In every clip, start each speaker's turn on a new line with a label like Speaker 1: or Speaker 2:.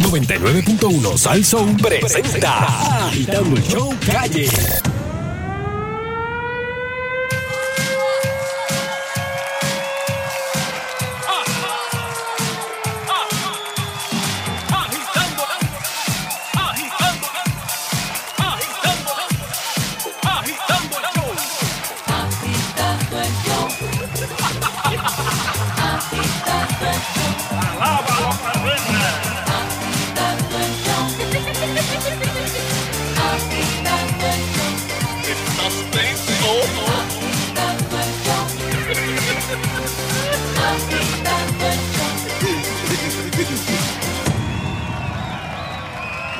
Speaker 1: 99.1 Sal Soul presenta Agitando el Show Calle.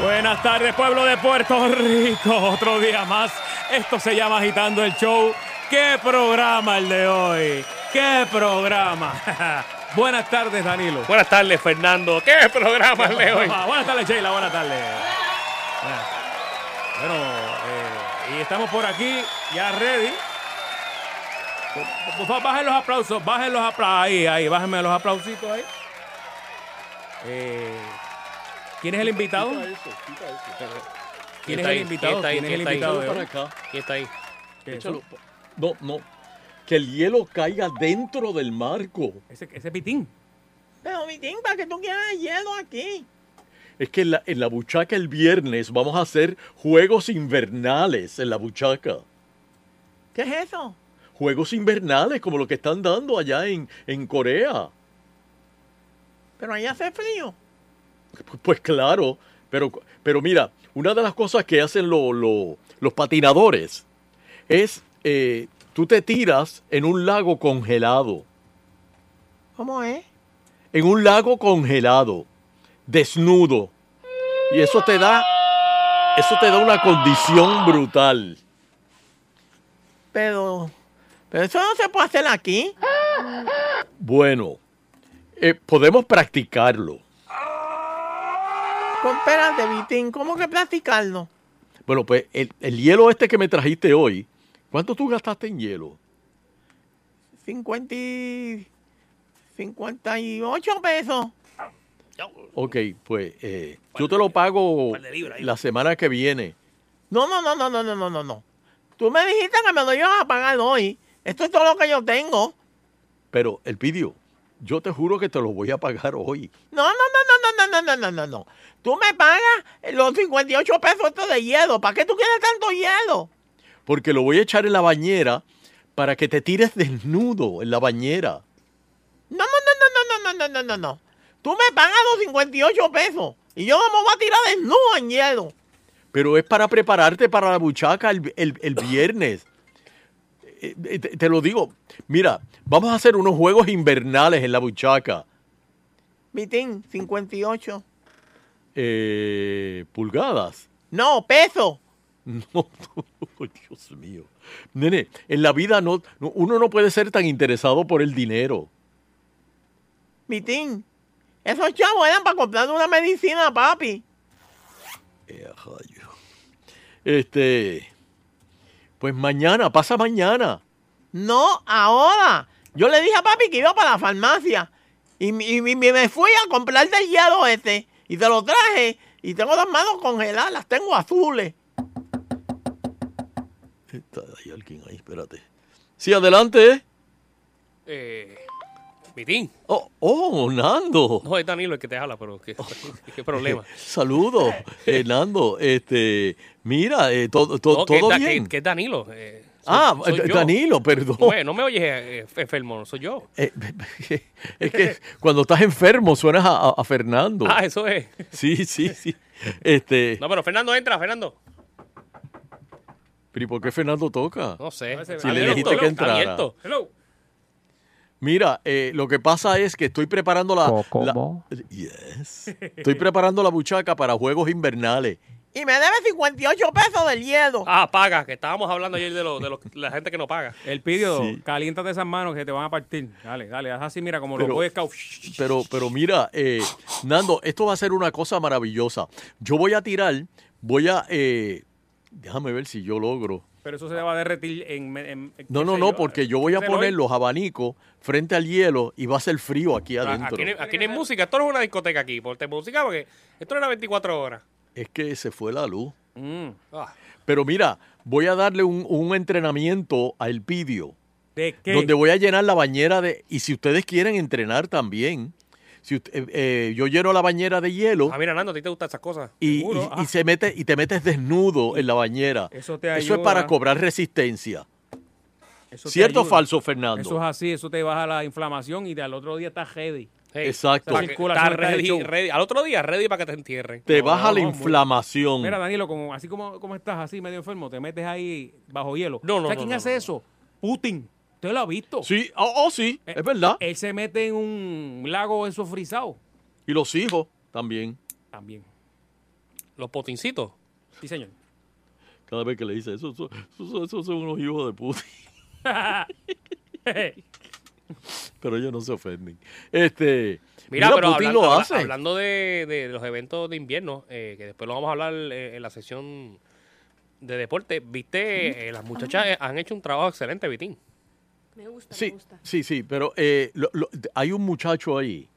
Speaker 2: Buenas tardes, pueblo de Puerto Rico. Otro día más. Esto se llama Agitando el Show. ¡Qué programa el de hoy! ¡Qué programa! Buenas tardes, Danilo.
Speaker 3: Buenas tardes, Fernando. ¿Qué programa el de hoy?
Speaker 2: Ah, Buenas tardes, Sheila. Buenas tardes. Buenas. Bueno, eh, y estamos por aquí, ya ready. Por favor, bajen los aplausos, bajen los aplausos. Ahí, ahí, bájenme los aplausitos ahí. Eh, ¿Quién es el invitado? ¿Quién es
Speaker 3: está
Speaker 2: el
Speaker 3: ahí?
Speaker 2: invitado?
Speaker 3: está ahí?
Speaker 2: ¿Quién es el
Speaker 3: está ahí?
Speaker 2: invitado de
Speaker 4: para
Speaker 2: hoy?
Speaker 4: acá.
Speaker 3: ¿Quién está ahí?
Speaker 2: ¿Qué es eso?
Speaker 4: Échalo. No, no. Que el hielo caiga dentro del marco.
Speaker 2: Ese, ese pitín.
Speaker 5: Pero mi timba, que tú quieres hielo aquí.
Speaker 4: Es que en la, en la buchaca el viernes vamos a hacer juegos invernales en la buchaca.
Speaker 5: ¿Qué es eso?
Speaker 4: Juegos invernales como lo que están dando allá en, en Corea.
Speaker 5: Pero ahí hace frío.
Speaker 4: P- Pues claro, pero, pero mira, una de las cosas que hacen lo- lo- los patinadores es eh, tú te tiras en un lago congelado.
Speaker 5: ¿Cómo es?
Speaker 4: en un lago congelado, desnudo. Y eso te da, eso te da una condición brutal.
Speaker 5: Pero. Pero eso no se puede hacer aquí.
Speaker 4: Bueno, eh, podemos practicarlo.
Speaker 5: Con peras de vitín, ¿cómo que platicarlo?
Speaker 4: Bueno, pues el, el hielo este que me trajiste hoy, ¿cuánto tú gastaste en hielo?
Speaker 5: 50 y. 58 pesos.
Speaker 4: Ok, pues eh, yo te lo pago
Speaker 3: par de libras ahí.
Speaker 4: la semana que viene.
Speaker 5: No, no, no, no, no, no, no, no, no. Tú me dijiste que me lo ibas a pagar hoy. Esto es todo lo que yo tengo.
Speaker 4: Pero el pidió, yo te juro que te lo voy a pagar hoy.
Speaker 5: No, no, no, no, no, no, no, no, no, no, no. Tú me pagas los 58 pesos estos de hielo. ¿Para qué tú quieres tanto hielo?
Speaker 4: Porque lo voy a echar en la bañera para que te tires desnudo en la bañera.
Speaker 5: No, no, no, no, no, no, no, no, no, no. Tú me pagas los 58 pesos y yo no me voy a tirar desnudo en hielo.
Speaker 4: Pero es para prepararte para la buchaca el, el- el viernes. Eh, eh, Te, te lo digo, mira, vamos a hacer unos juegos invernales en la buchaca.
Speaker 5: Vitín, 58.
Speaker 4: Eh, pulgadas.
Speaker 5: No, peso.
Speaker 4: No, no, Dios mío. Nene, en la vida no, no- uno no puede ser tan interesado por el dinero.
Speaker 5: Vitín, esos chavos eran para comprar una medicina, papi.
Speaker 4: Eh, rayo. Este, pues mañana, pasa mañana.
Speaker 5: No, ahora. Yo le dije a papi que iba para la farmacia y, mi- y mi- me fui a comprar del hielo este y te lo traje y tengo las manos congeladas, las tengo azules.
Speaker 4: Está, hay alguien ahí, espérate. Sí, adelante. eh.
Speaker 3: Eh, Vitín.
Speaker 4: Oh, oh, Nando.
Speaker 3: No, es Danilo el que te habla, pero qué, qué problema.
Speaker 4: Saludos, eh, Nando. Este, mira, eh, todo, to-
Speaker 3: No, que
Speaker 4: todo
Speaker 3: es Da- que-
Speaker 4: bien.
Speaker 3: Que, es Danilo. eh, soy-
Speaker 4: ah,
Speaker 3: soy
Speaker 4: eh,
Speaker 3: yo.
Speaker 4: Danilo, perdón.
Speaker 3: No, eh, no me oyes eh, enfermo, soy yo.
Speaker 4: Eh, es que cuando estás enfermo suenas a, a- a Fernando.
Speaker 3: Ah, eso es.
Speaker 4: Sí, sí, sí. Este,
Speaker 3: No, pero Fernando entra, Fernando.
Speaker 4: pero ¿y por qué Fernando toca?
Speaker 3: No sé.
Speaker 2: Si le
Speaker 3: Está abierto,
Speaker 4: dijiste que
Speaker 3: está
Speaker 4: entrara.
Speaker 3: abierto.
Speaker 2: Hello.
Speaker 4: Mira, eh, lo que pasa es que estoy preparando la, la- yes. Estoy preparando la buchaca para juegos invernales.
Speaker 5: Y me debe 58 pesos del hielo.
Speaker 3: Ah, paga, que estábamos hablando ayer de, lo- de lo- la gente que no paga.
Speaker 2: El pidio,
Speaker 4: Sí.
Speaker 2: caliéntate esas manos que te van a partir. Dale, dale, haz así, mira, como
Speaker 4: Pero-
Speaker 2: los Boy Scouts.
Speaker 4: Pero, pero mira, eh, Nando, esto va a ser una cosa maravillosa. Yo voy a tirar, voy a, eh, déjame ver si yo logro.
Speaker 3: Pero eso se va a derretir en. en- en-
Speaker 4: No,
Speaker 3: qué
Speaker 4: no,
Speaker 3: sé
Speaker 4: no,
Speaker 3: yo,
Speaker 4: porque yo voy a
Speaker 3: en el
Speaker 4: poner
Speaker 3: hoy.
Speaker 4: los abanicos frente al hielo y va a ser frío aquí
Speaker 3: Ah,
Speaker 4: adentro.
Speaker 3: Aquí no, hay- aquí no hay música, esto no es una discoteca aquí, ponte música porque esto era 24 horas.
Speaker 4: Es que se fue la luz.
Speaker 3: Mm. Ah.
Speaker 4: Pero mira, voy a darle un, un entrenamiento a Elpidio,
Speaker 2: ¿De qué?
Speaker 4: donde voy a llenar la bañera de... Y si ustedes quieren entrenar también, si usted- eh, eh, yo lleno la bañera de hielo
Speaker 3: Ah, mira, Nando, a ti te gustan esas cosas.
Speaker 4: y,
Speaker 2: seguro,
Speaker 4: y-
Speaker 2: ah.
Speaker 4: y se mete, y te metes desnudo en la bañera.
Speaker 2: Eso te
Speaker 4: es para
Speaker 2: ayuda.
Speaker 4: cobrar resistencia.
Speaker 2: Eso te
Speaker 4: ¿Cierto o
Speaker 2: ayuda.
Speaker 4: falso, Fernando?
Speaker 2: Eso es así, eso te baja la inflamación y de al otro día estás heavy.
Speaker 3: Hey,
Speaker 4: exacto.
Speaker 3: para que-
Speaker 2: Circulación
Speaker 3: está
Speaker 2: está de
Speaker 3: ready,
Speaker 2: show.
Speaker 3: ready. Al otro día, ready para que te entierren.
Speaker 4: Te
Speaker 2: No,
Speaker 4: baja la
Speaker 2: no, muy-
Speaker 4: inflamación.
Speaker 2: Mira, Danilo, como, así como, como estás, así medio enfermo, te metes ahí bajo hielo.
Speaker 3: No, no,
Speaker 2: ¿Sabes
Speaker 3: no,
Speaker 2: quién
Speaker 3: no,
Speaker 2: hace
Speaker 3: no.
Speaker 2: eso? Putin. ¿Usted lo ha visto?
Speaker 4: Sí, oh, oh, sí,
Speaker 2: Eh,
Speaker 4: es verdad.
Speaker 2: Él se mete en un lago eso frisado.
Speaker 4: Y los hijos también.
Speaker 2: También.
Speaker 3: Los potincitos.
Speaker 2: Sí, señor.
Speaker 4: Cada vez que le dice eso, eso- eso- esos son unos hijos de puta. Pero ellos no se ofenden. Este,
Speaker 3: Mira, pero
Speaker 4: Putin
Speaker 3: hablando,
Speaker 4: lo
Speaker 3: habla-
Speaker 4: hace.
Speaker 3: hablando de, de los eventos de invierno, eh, que después lo vamos a hablar eh, en la sesión de deporte, viste, eh, las muchachas eh, han hecho un trabajo excelente, Vitín.
Speaker 6: Me gusta, me
Speaker 4: sí,
Speaker 6: gusta.
Speaker 4: sí, sí, pero eh, lo- lo- hay un muchacho ahí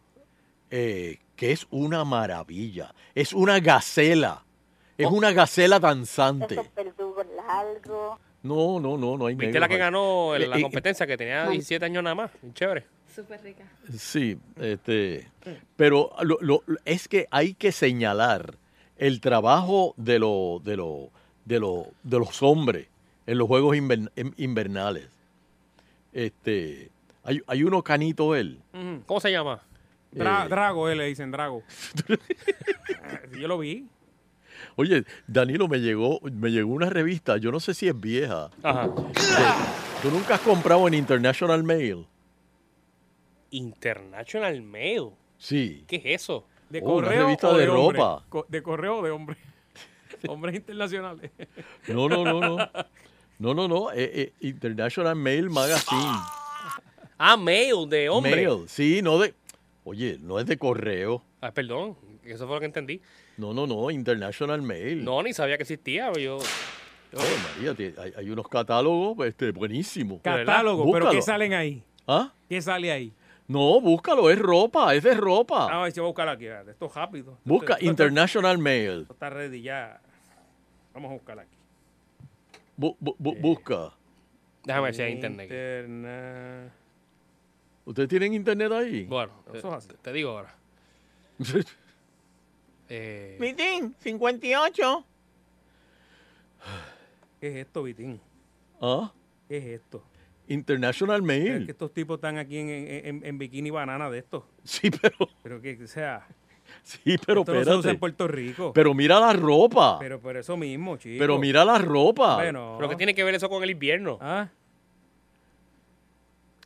Speaker 4: eh, que es una maravilla. Es una gacela. Es una gacela danzante.
Speaker 7: Esos verdugos largos.
Speaker 4: No, no, no, no hay
Speaker 3: ¿Viste
Speaker 4: negros
Speaker 3: la que
Speaker 4: ahí.
Speaker 3: ganó en
Speaker 4: Eh,
Speaker 3: la
Speaker 4: eh,
Speaker 3: competencia, que tenía 17 años nada más? Chévere.
Speaker 6: Súper rica.
Speaker 4: Sí, este, pero lo- lo- es que hay que señalar el trabajo de, lo- de, lo- de, lo- de los hombres en los Juegos invern- em- Invernales. Este, hay, hay uno canito él.
Speaker 2: Ujú.
Speaker 3: ¿Cómo se llama?
Speaker 2: Dra-
Speaker 4: Eh.
Speaker 2: Drago, él le dicen Drago. Ah, Yo lo vi.
Speaker 4: Oye, Danilo, me llegó, me llegó una revista, yo no sé si es vieja.
Speaker 3: Ajá.
Speaker 4: ¿Tú nunca has comprado en International Mail?
Speaker 3: International Mail.
Speaker 4: Sí.
Speaker 3: ¿Qué es eso?
Speaker 2: De
Speaker 4: Oh, una
Speaker 2: correo
Speaker 4: revista
Speaker 2: o
Speaker 4: de
Speaker 2: de, hombre?
Speaker 4: ropa.
Speaker 2: Co- de correo o de hombre. Hombres internacionales.
Speaker 4: No, no, no, no. No, no, no. eh, eh, International Mail Magazine.
Speaker 3: Ah, mail de hombre.
Speaker 4: Mail, sí, no de. Oye, no es de correo.
Speaker 3: Ah, perdón, eso fue lo que entendí.
Speaker 4: No, no, no, International Mail.
Speaker 3: No, ni sabía que existía. pero Yo, yo-
Speaker 4: Ay, María, te- hay, hay unos catálogos este, buenísimos.
Speaker 3: Ca- verdad?
Speaker 2: Catálogo, pero ¿qué
Speaker 4: Búscalo.
Speaker 2: salen ahí?
Speaker 4: ¿Ah?
Speaker 2: ¿Qué sale ahí?
Speaker 4: No, búscalo, es ropa, es de ropa.
Speaker 2: Ah, se va a buscar aquí. espérate, Esto es rápido. Esto-
Speaker 4: Busca
Speaker 2: esto- esto-
Speaker 4: International Mail.
Speaker 2: esto Está ready ya. Vamos a buscar aquí.
Speaker 4: Bu- bu- bu- busca.
Speaker 3: déjame ver si Ah, pues hay internet. aquí.
Speaker 2: Interna-
Speaker 4: ¿Ustedes tienen internet ahí?
Speaker 3: Bueno,
Speaker 2: Eso es así.
Speaker 3: te, te digo ahora. Eh,
Speaker 5: Mitín, 58.
Speaker 2: ¿Qué es esto, Vitín?
Speaker 4: ¿Ah?
Speaker 2: ¿Qué es esto?
Speaker 4: International
Speaker 2: Es que
Speaker 4: Mail.
Speaker 2: estos tipos están aquí en, en- en- en bikini banana de estos.
Speaker 4: Sí, pero,
Speaker 2: Pero que, o sea,
Speaker 4: sí, pero
Speaker 2: esto no se usa en
Speaker 4: espérate.
Speaker 2: Puerto Rico. Pero,
Speaker 4: Pero mira la ropa.
Speaker 2: pero, eso mismo, chicos.
Speaker 4: Pero mira la ropa.
Speaker 2: Bueno.
Speaker 3: Pero que tiene que ver eso con el invierno.
Speaker 2: Ah,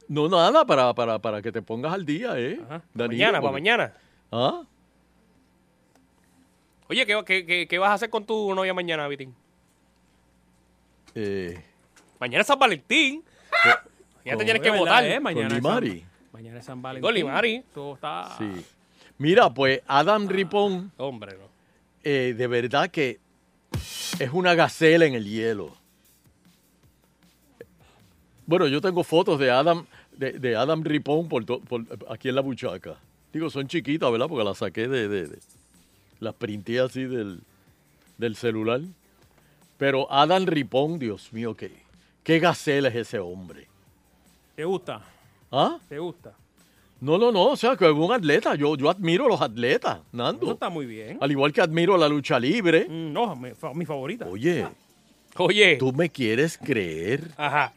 Speaker 4: No, nada, para, para, para que te pongas al día, ¿eh?
Speaker 2: Ajá.
Speaker 4: Danilo,
Speaker 3: mañana, para
Speaker 4: porque-
Speaker 3: mañana.
Speaker 4: ¿Ah?
Speaker 3: Oye, ¿qué, qué, qué, qué vas a hacer con tu novia mañana, Vitín?
Speaker 4: Eh,
Speaker 3: Mañana es San Valentín. ya te tienes que
Speaker 2: Es verdad,
Speaker 3: votar.
Speaker 2: eh, mañana Ah.
Speaker 4: Con
Speaker 2: es
Speaker 4: Limari.
Speaker 2: San- mañana es San Valentín.
Speaker 3: Con Limari.
Speaker 2: Todo está...
Speaker 4: Sí. Mira, pues
Speaker 2: Ah.
Speaker 4: Adam Ripon,
Speaker 3: Hombre, no.
Speaker 4: eh, de verdad que es una gacela en el hielo. Bueno, yo tengo fotos de Adam, de, de Adam Ripon por to- por- aquí en la buchaca. Digo, son chiquitas, ¿verdad? Porque las saqué de, de- de- las printé así del, del celular. Pero Adam Ripon, Dios mío, qué, qué gacela es ese hombre.
Speaker 2: ¿Te gusta?
Speaker 4: ¿Ah?
Speaker 2: ¿Te gusta?
Speaker 4: No, no, no, o sea, que es un atleta. Yo, yo admiro a los atletas, Nando.
Speaker 2: Eso está muy bien.
Speaker 4: Al igual que admiro la lucha libre.
Speaker 2: Mm, No, mi, fa- mi favorita.
Speaker 4: Oye,
Speaker 3: Oye.
Speaker 4: ¿tú me quieres creer
Speaker 3: Ajá.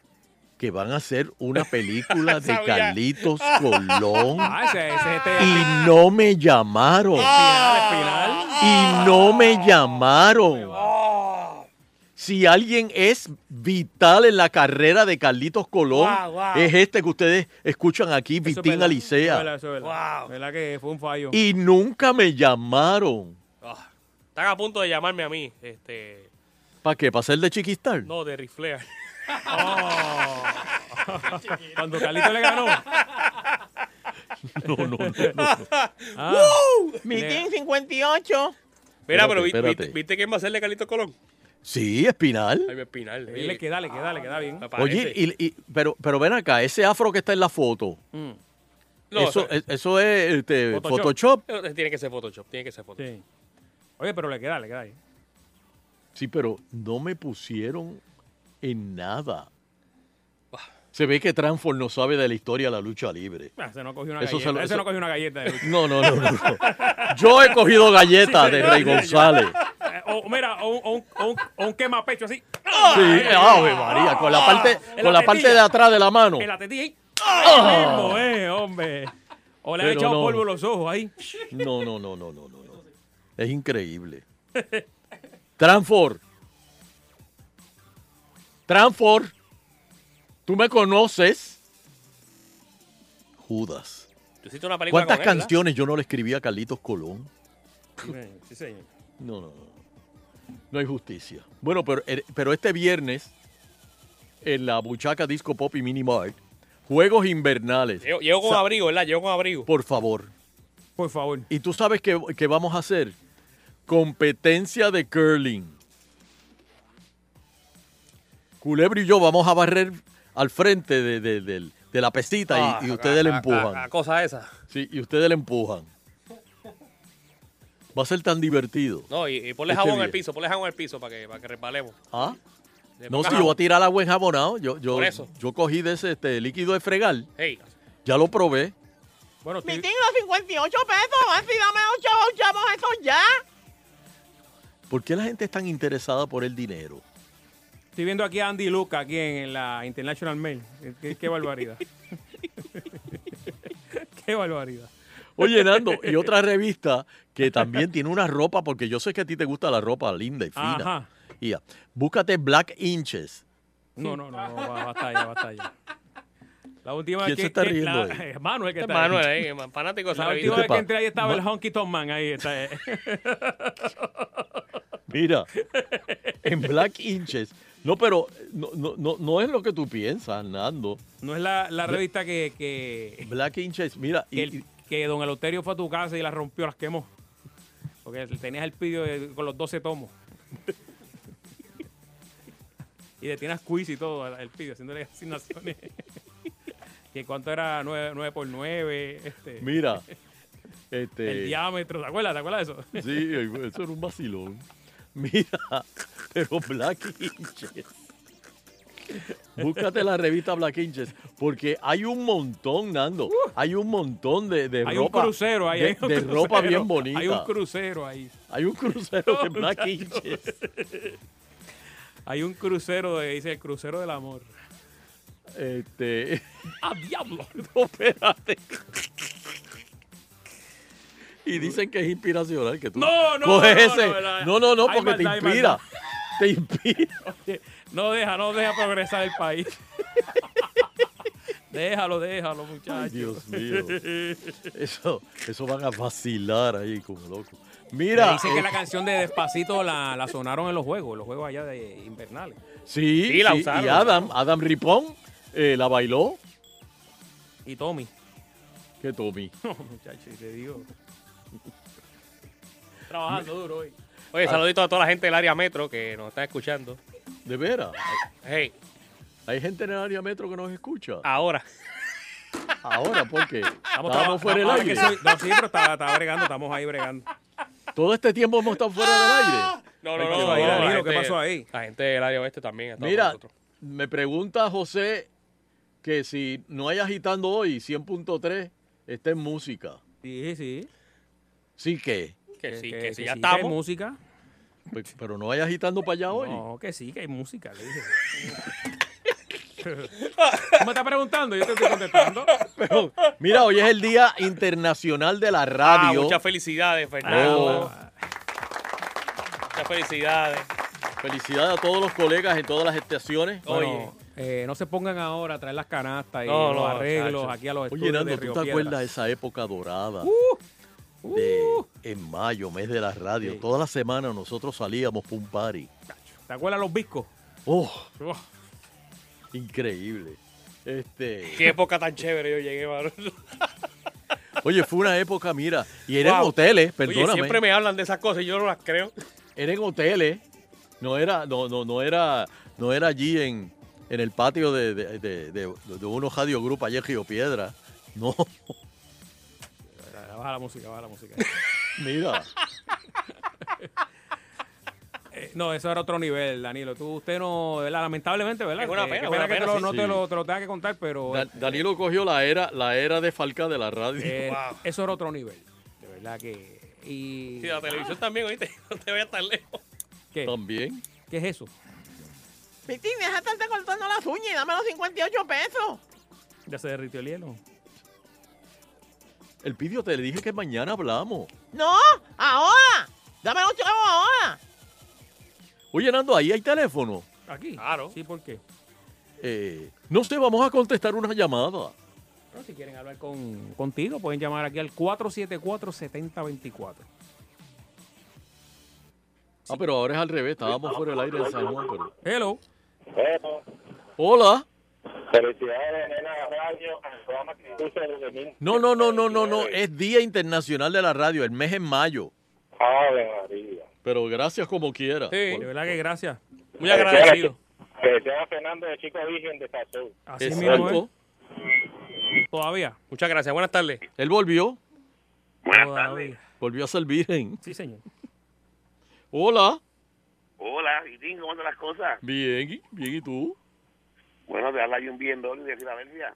Speaker 4: que van a hacer una película de
Speaker 3: Sabía.
Speaker 4: Carlitos Colón?
Speaker 2: Ah, ese, ese es este...
Speaker 4: Y no me llamaron.
Speaker 2: Final, el final.
Speaker 4: Y no me
Speaker 2: Ah.
Speaker 4: llamaron. Si alguien es vital en la carrera de Carlitos Colón,
Speaker 3: Wow, wow.
Speaker 4: es este que ustedes escuchan aquí,
Speaker 2: Eso es
Speaker 4: Vitín
Speaker 2: verdad, eso es
Speaker 4: Alicea.
Speaker 2: verdad, eso es verdad.
Speaker 3: Wow.
Speaker 2: Verdad que fue un fallo.
Speaker 4: Y nunca me llamaron.
Speaker 3: Ah, están a punto de llamarme a mí. Este.
Speaker 4: ¿Para qué? ¿Para ser de Chiquistar?
Speaker 3: No, de Riflea.
Speaker 2: Cuando Carlito le ganó.
Speaker 4: no, no, no, no.
Speaker 2: Ah,
Speaker 5: Mitín, 58.
Speaker 3: Mira,
Speaker 4: Espérate,
Speaker 3: pero vi-
Speaker 4: espérate.
Speaker 3: viste, viste quién va a ser de Carlito Colón.
Speaker 4: Sí, espinal.
Speaker 3: Jaime Espinal.
Speaker 2: Dile que dale, que dale, que da bien.
Speaker 3: Me parece.
Speaker 4: Oye, y- y- pero, pero ven acá, ese afro que está en la foto,
Speaker 3: No,
Speaker 4: eso,
Speaker 3: eso-
Speaker 4: es- eso es este,
Speaker 2: Photoshop.
Speaker 4: Photoshop.
Speaker 3: eso tiene que ser Photoshop, tiene que ser Photoshop.
Speaker 2: Sí. Oye, pero le queda, le queda ahí.
Speaker 4: Sí, pero no me pusieron en nada. Se ve que Transform no sabe de la historia de la lucha libre.
Speaker 2: Ah, se no cogió una
Speaker 4: Eso
Speaker 2: galleta.
Speaker 4: se lo-
Speaker 2: ese
Speaker 4: eso-
Speaker 2: no cogió una galleta. de lucha.
Speaker 4: No, no, no, no. no. Yo he cogido galletas de Rey González.
Speaker 2: Eh, o mira, o un, o un, o un, o un quemapecho así. ¡ah!
Speaker 4: Sí, Ave María, con la parte,
Speaker 2: En
Speaker 4: con
Speaker 2: la
Speaker 4: la parte
Speaker 2: tetilla.
Speaker 4: de atrás de la mano.
Speaker 2: En la tetilla ahí. ¡Ay, mismo, eh, hombre! O le han
Speaker 4: ¡Ah! Pero
Speaker 2: echado
Speaker 4: no.
Speaker 2: polvo en los ojos ahí.
Speaker 4: No, no, no, no, no, no, no. Es increíble. Transform. Transform. Tú me conoces. Judas.
Speaker 3: Tú hiciste una película
Speaker 4: ¿Cuántas
Speaker 3: con él, ¿verdad?
Speaker 4: canciones yo no le escribí a Carlitos Colón?
Speaker 2: Sí, señor.
Speaker 4: No, no, no. No hay justicia. Bueno, pero, eh, pero este viernes, en la Buchaca Disco Pop y Mini Mart, Juegos Invernales.
Speaker 3: Llego, llego con
Speaker 4: Sa-
Speaker 3: abrigo, ¿verdad? Llego con abrigo.
Speaker 4: Por favor.
Speaker 2: Por favor.
Speaker 4: Y tú sabes que, que vamos a hacer competencia de curling. Culebro y yo vamos a barrer al frente de, de- del- de la pesita y- y, ustedes le
Speaker 3: Ah,
Speaker 4: empujan.
Speaker 3: ah, ah, cosa esa.
Speaker 4: Sí, y ustedes le empujan. Va a ser tan divertido.
Speaker 3: No, y, y ponle
Speaker 4: Este
Speaker 3: jabón en el
Speaker 4: bien.
Speaker 3: piso, ponle jabón en el piso para que, para que resbalemos.
Speaker 4: ¿Ah?
Speaker 3: Le
Speaker 4: No,
Speaker 3: ponga
Speaker 4: si yo voy a
Speaker 3: jabón.
Speaker 4: tirar agua enjabonado, yo, yo,
Speaker 3: Por eso.
Speaker 4: yo cogí de ese este, líquido de fregar,
Speaker 3: Hey,
Speaker 4: ya lo probé.
Speaker 2: Bueno, estoy-
Speaker 5: Mi tigre, 58 pesos. Así dame 8 vouchamos eso ya.
Speaker 4: ¿Por qué la gente es tan interesada por el dinero?
Speaker 2: Estoy viendo aquí a Andy Luca, aquí en, en la International Mail. Qué- Qué, qué barbaridad. qué barbaridad.
Speaker 4: Oye, Nando, y otra revista que también tiene una ropa, porque yo sé que a ti te gusta la ropa linda y fina.
Speaker 2: Ajá.
Speaker 4: Y, ah, búscate Black Inches.
Speaker 2: No, no, no, no, va- basta ya, basta ya. La última vez
Speaker 4: ¿Quién
Speaker 2: que,
Speaker 4: se está
Speaker 2: que-
Speaker 4: riendo
Speaker 2: la-
Speaker 4: ahí?
Speaker 2: Manuel que
Speaker 3: este
Speaker 2: está
Speaker 3: Manuel,
Speaker 2: ahí.
Speaker 3: eh, man- fanático de esa
Speaker 2: Pues La última
Speaker 4: ¿Qué
Speaker 3: revista.
Speaker 2: vez que
Speaker 4: te pasa?
Speaker 2: entré ahí estaba el Honky Tom Man, ahí está. eh.
Speaker 4: Mira, en Black Inches. No, pero no, no, no, no es lo que tú piensas, Nando.
Speaker 2: No es la, la revista que, que,
Speaker 4: Black Inches, mira, y-
Speaker 2: que el-
Speaker 4: y-
Speaker 2: que don Eleuterio fue a tu casa y la rompió, las quemó. Porque tenías el pidio de- con los 12 tomos. y le tienes quiz y todo al, al pidio, haciéndole asignaciones. que cuánto era 9, por 9, este,
Speaker 4: mira.
Speaker 2: el
Speaker 4: Este,
Speaker 2: diámetro, ¿te acuerdas? ¿Te acuerdas de eso?
Speaker 4: Sí, eso era un vacilón. Mira, pero Black Inches. Búscate la revista Black Inches, porque hay un montón, Nando. Hay un montón de, de
Speaker 2: Uh. Hay
Speaker 4: ropa.
Speaker 2: un crucero ahí.
Speaker 4: de,
Speaker 2: hay un
Speaker 4: de ropa
Speaker 2: crucero,
Speaker 4: bien bonita.
Speaker 2: Hay un crucero ahí.
Speaker 4: Hay un crucero de Black Inches.
Speaker 2: Hay un crucero, de, dice el crucero del amor.
Speaker 4: Este,
Speaker 2: ¡A diablo!
Speaker 4: no, espérate. Y dicen que es inspiracional, que tú
Speaker 2: No, no,
Speaker 4: coges
Speaker 2: no, no,
Speaker 4: ese.
Speaker 2: no,
Speaker 4: No, no, no,
Speaker 2: hay
Speaker 4: porque te
Speaker 2: maldad, hay maldad.
Speaker 4: inspira. Te inspira.
Speaker 2: No deja, no deja progresar el país. déjalo, déjalo,
Speaker 4: Ay,
Speaker 2: muchachos.
Speaker 4: Dios mío. Eso, eso van a vacilar ahí como loco.
Speaker 2: Me
Speaker 4: Mira.
Speaker 2: dicen
Speaker 4: eh,
Speaker 2: que la canción de Despacito la, la sonaron en los juegos, los juegos allá de invernales.
Speaker 4: eh, sí,
Speaker 3: Sí, la
Speaker 4: sí,
Speaker 3: usaron.
Speaker 4: y Adam, Adam Ripón eh, la bailó.
Speaker 2: Y Tommy.
Speaker 4: Que Tommy.
Speaker 2: No, muchachos, te digo. Trabajando duro hoy.
Speaker 3: Oye, saludito a toda la gente del área metro que nos está escuchando.
Speaker 4: De veras.
Speaker 3: Hey,
Speaker 4: Hay gente en el área metro que nos escucha.
Speaker 3: ahora.
Speaker 4: Ahora, ¿por qué? Estábamos
Speaker 2: traba-
Speaker 4: fuera del
Speaker 2: ahora
Speaker 4: aire.
Speaker 2: que soy- no, sí, pero está, está bregando, estamos ahí bregando.
Speaker 4: Todo este tiempo hemos estado fuera del aire.
Speaker 3: No, no, no.
Speaker 4: Ay, qué
Speaker 3: no,
Speaker 4: barbaridad.
Speaker 3: la
Speaker 2: Danilo, ¿qué
Speaker 3: gente-
Speaker 2: pasó ahí?
Speaker 3: La gente del área oeste también está
Speaker 4: Mira,
Speaker 3: con nosotros.
Speaker 4: me pregunta José que si no hay agitando hoy, 100.3 está en música.
Speaker 2: Sí, sí.
Speaker 4: Sí que.
Speaker 3: Que sí, que, sí,
Speaker 2: que
Speaker 3: ya
Speaker 2: sí, que hay
Speaker 3: estamos.
Speaker 2: música.
Speaker 4: Pe- Pero no hay agitando para allá hoy.
Speaker 2: No, que sí, que hay música, le dije. Tú me estás preguntando, yo te estoy contestando.
Speaker 4: Pero, mira, hoy es el Día Internacional de la
Speaker 3: Ah,
Speaker 4: Radio.
Speaker 3: muchas felicidades, Fernando.
Speaker 4: Oh.
Speaker 2: Ah,
Speaker 3: Muchas felicidades.
Speaker 4: Felicidades a todos los colegas en todas las estaciones.
Speaker 2: bueno, eh, no se pongan ahora a traer las canastas y
Speaker 3: No,
Speaker 2: los
Speaker 3: no,
Speaker 2: arreglos
Speaker 3: chacho.
Speaker 2: aquí a los
Speaker 4: Oye,
Speaker 2: estudios de Río
Speaker 4: Nando, ¿tú te
Speaker 2: Piedras.
Speaker 4: acuerdas de esa época dorada?
Speaker 2: Uh,
Speaker 4: de- en mayo, mes de la radio.
Speaker 2: Sí.
Speaker 4: Todas las semanas nosotros salíamos para un party.
Speaker 2: ¿Te acuerdas los biscos?
Speaker 4: ¡Oh!
Speaker 2: Oh,
Speaker 4: Increíble. Este.
Speaker 3: Qué época tan chévere yo llegué, mano.
Speaker 4: Oye, fue una época, mira, y eran
Speaker 3: Wow.
Speaker 4: hoteles,
Speaker 3: Oye,
Speaker 4: perdóname,
Speaker 3: siempre me hablan de esas cosas y yo no las creo.
Speaker 4: eran hoteles No era, no, no, no era, no era allí en, en el patio de, de, de, de, de unos radio group allá en Río Piedra. No,
Speaker 2: Baja la música, baja la música.
Speaker 4: mira.
Speaker 2: Eh, no, eso era otro nivel, Danilo. Tú, usted no, ¿verdad? lamentablemente, ¿verdad?
Speaker 3: Es una
Speaker 2: Que-
Speaker 3: pena,
Speaker 2: que
Speaker 3: es una
Speaker 2: que te
Speaker 3: pena,
Speaker 2: lo-
Speaker 3: sí,
Speaker 2: no
Speaker 4: sí.
Speaker 2: te lo, te lo tenga que contar, pero
Speaker 4: Da- Danilo cogió la era, la era de Falca de la radio.
Speaker 2: eh,
Speaker 3: Wow.
Speaker 2: eso era otro nivel. De verdad que... Y,
Speaker 3: Sí, la televisión también, oíste. No te veas tan lejos.
Speaker 2: ¿qué?
Speaker 4: También.
Speaker 2: ¿Qué es eso?
Speaker 5: Pitín, deja de estarte cortando las uñas y dame los 58 pesos.
Speaker 2: Ya se derritió el hielo.
Speaker 4: El pidio te dije que mañana hablamos.
Speaker 5: No, ahora. Dame los chavos ahora.
Speaker 4: Oye, Nando, ahí hay teléfono.
Speaker 2: Aquí.
Speaker 3: Claro.
Speaker 2: Sí, ¿por qué?
Speaker 4: Eh, no sé, vamos a contestar una llamada.
Speaker 2: Bueno, si quieren hablar con, contigo, pueden llamar aquí al 474-7024.
Speaker 4: Ah, pero ahora es al revés, estábamos fuera del aire de San Juan, pero-
Speaker 2: Hello.
Speaker 6: Bueno,
Speaker 4: Hola.
Speaker 6: felicidades, nena radio, al programa que escucha desde mil-
Speaker 4: No, no, no, no, no, no. Es Día Internacional de la Radio, el mes en mayo.
Speaker 6: Ave María.
Speaker 4: Pero gracias como quiera.
Speaker 3: Sí.
Speaker 2: De verdad que gracias.
Speaker 3: Muy
Speaker 4: Eh,
Speaker 3: agradecido.
Speaker 6: Que sea Fernando de Chico Virgen de Sazú.
Speaker 2: Así mismo
Speaker 4: Exacto.
Speaker 2: es. Todavía.
Speaker 3: Muchas gracias. Buenas tardes.
Speaker 4: Él volvió,
Speaker 2: Todavía.
Speaker 4: volvió a ser virgen.
Speaker 2: Sí, señor.
Speaker 4: Hola.
Speaker 8: Hola, Vitín, ¿cómo andan las cosas?
Speaker 4: Bien, ¿y- bien, ¿y tú?
Speaker 8: Bueno, te habla John bien doble de Filadelfia,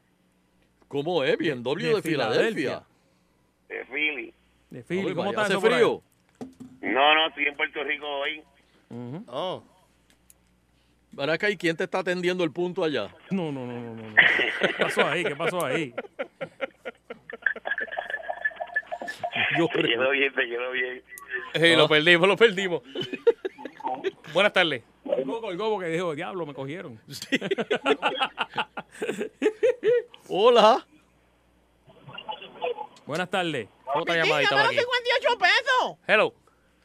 Speaker 4: ¿Cómo es? Bien, doble de,
Speaker 2: de
Speaker 4: Filadelfia.
Speaker 8: de Philly.
Speaker 2: De Philly,
Speaker 4: Ay,
Speaker 2: ¿cómo está
Speaker 4: vaya, ¿Hace
Speaker 2: eso por ahí?
Speaker 4: frío?
Speaker 8: No, no, estoy en Puerto Rico hoy.
Speaker 2: Ujú.
Speaker 3: Oh.
Speaker 4: Ven acá, ¿y quién te está atendiendo el punto allá?
Speaker 2: No, no, no, no, no, no. ¿Qué pasó ahí? ¿Qué pasó ahí?
Speaker 4: Yo
Speaker 8: Te
Speaker 4: creo.
Speaker 8: quedó bien, te quedó bien.
Speaker 3: Sí,
Speaker 4: Ah.
Speaker 3: lo perdimos, lo perdimos. Buenas tardes.
Speaker 2: Colgó, colgó porque dijo, diablo, me cogieron.
Speaker 4: Sí. Hola.
Speaker 2: Buenas tardes.
Speaker 3: Otra
Speaker 5: Pitín,
Speaker 3: llamadita
Speaker 5: dame
Speaker 3: por
Speaker 5: los
Speaker 3: aquí.
Speaker 5: 58 pesos.
Speaker 3: Hello.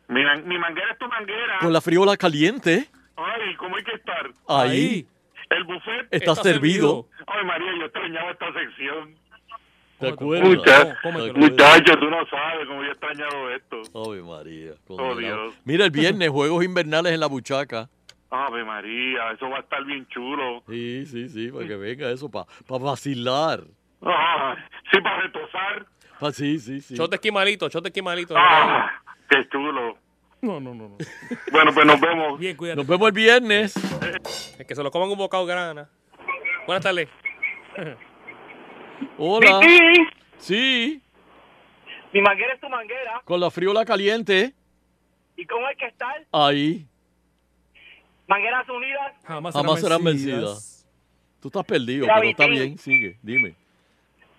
Speaker 8: Mi, manguera es tu manguera.
Speaker 4: Con la friola caliente.
Speaker 8: Ay, ¿cómo hay que estar?
Speaker 4: Ahí,
Speaker 8: El buffet.
Speaker 4: está, servido.
Speaker 8: Ay, María, yo extrañaba esta sección.
Speaker 4: ¿Te
Speaker 2: Cómete,
Speaker 4: acuerdas?
Speaker 2: Mucha- cómetelo.
Speaker 4: ¿Te acuerdas?
Speaker 8: Muchachos, tú no sabes cómo yo he extrañado esto.
Speaker 4: Ave María. condenado.
Speaker 8: Dios.
Speaker 4: Mira, el viernes, Juegos Invernales en la Buchaca.
Speaker 8: Ave María, eso va a estar bien chulo.
Speaker 4: Sí, sí, sí, para que venga eso, para vacilar.
Speaker 8: Ah, sí, para retosar.
Speaker 4: Pa- sí, sí, sí.
Speaker 3: Chote esquimalito, chote esquimalito.
Speaker 8: Ah, qué chulo.
Speaker 2: No, no, no, no.
Speaker 8: Bueno, pues nos vemos.
Speaker 2: Bien, cuídate.
Speaker 4: Nos vemos el viernes.
Speaker 3: Es que se lo coman un bocado grana. Buenas tardes.
Speaker 4: Hola. Sí,
Speaker 6: Mi manguera es tu manguera.
Speaker 4: con la friola caliente.
Speaker 6: ¿Y cómo hay que estar?
Speaker 4: Ahí.
Speaker 6: Mangueras unidas.
Speaker 2: Jamás,
Speaker 4: Jamás serán vencidas. Tú estás perdido, pero está
Speaker 6: Davidín.
Speaker 4: bien. Sigue, dime.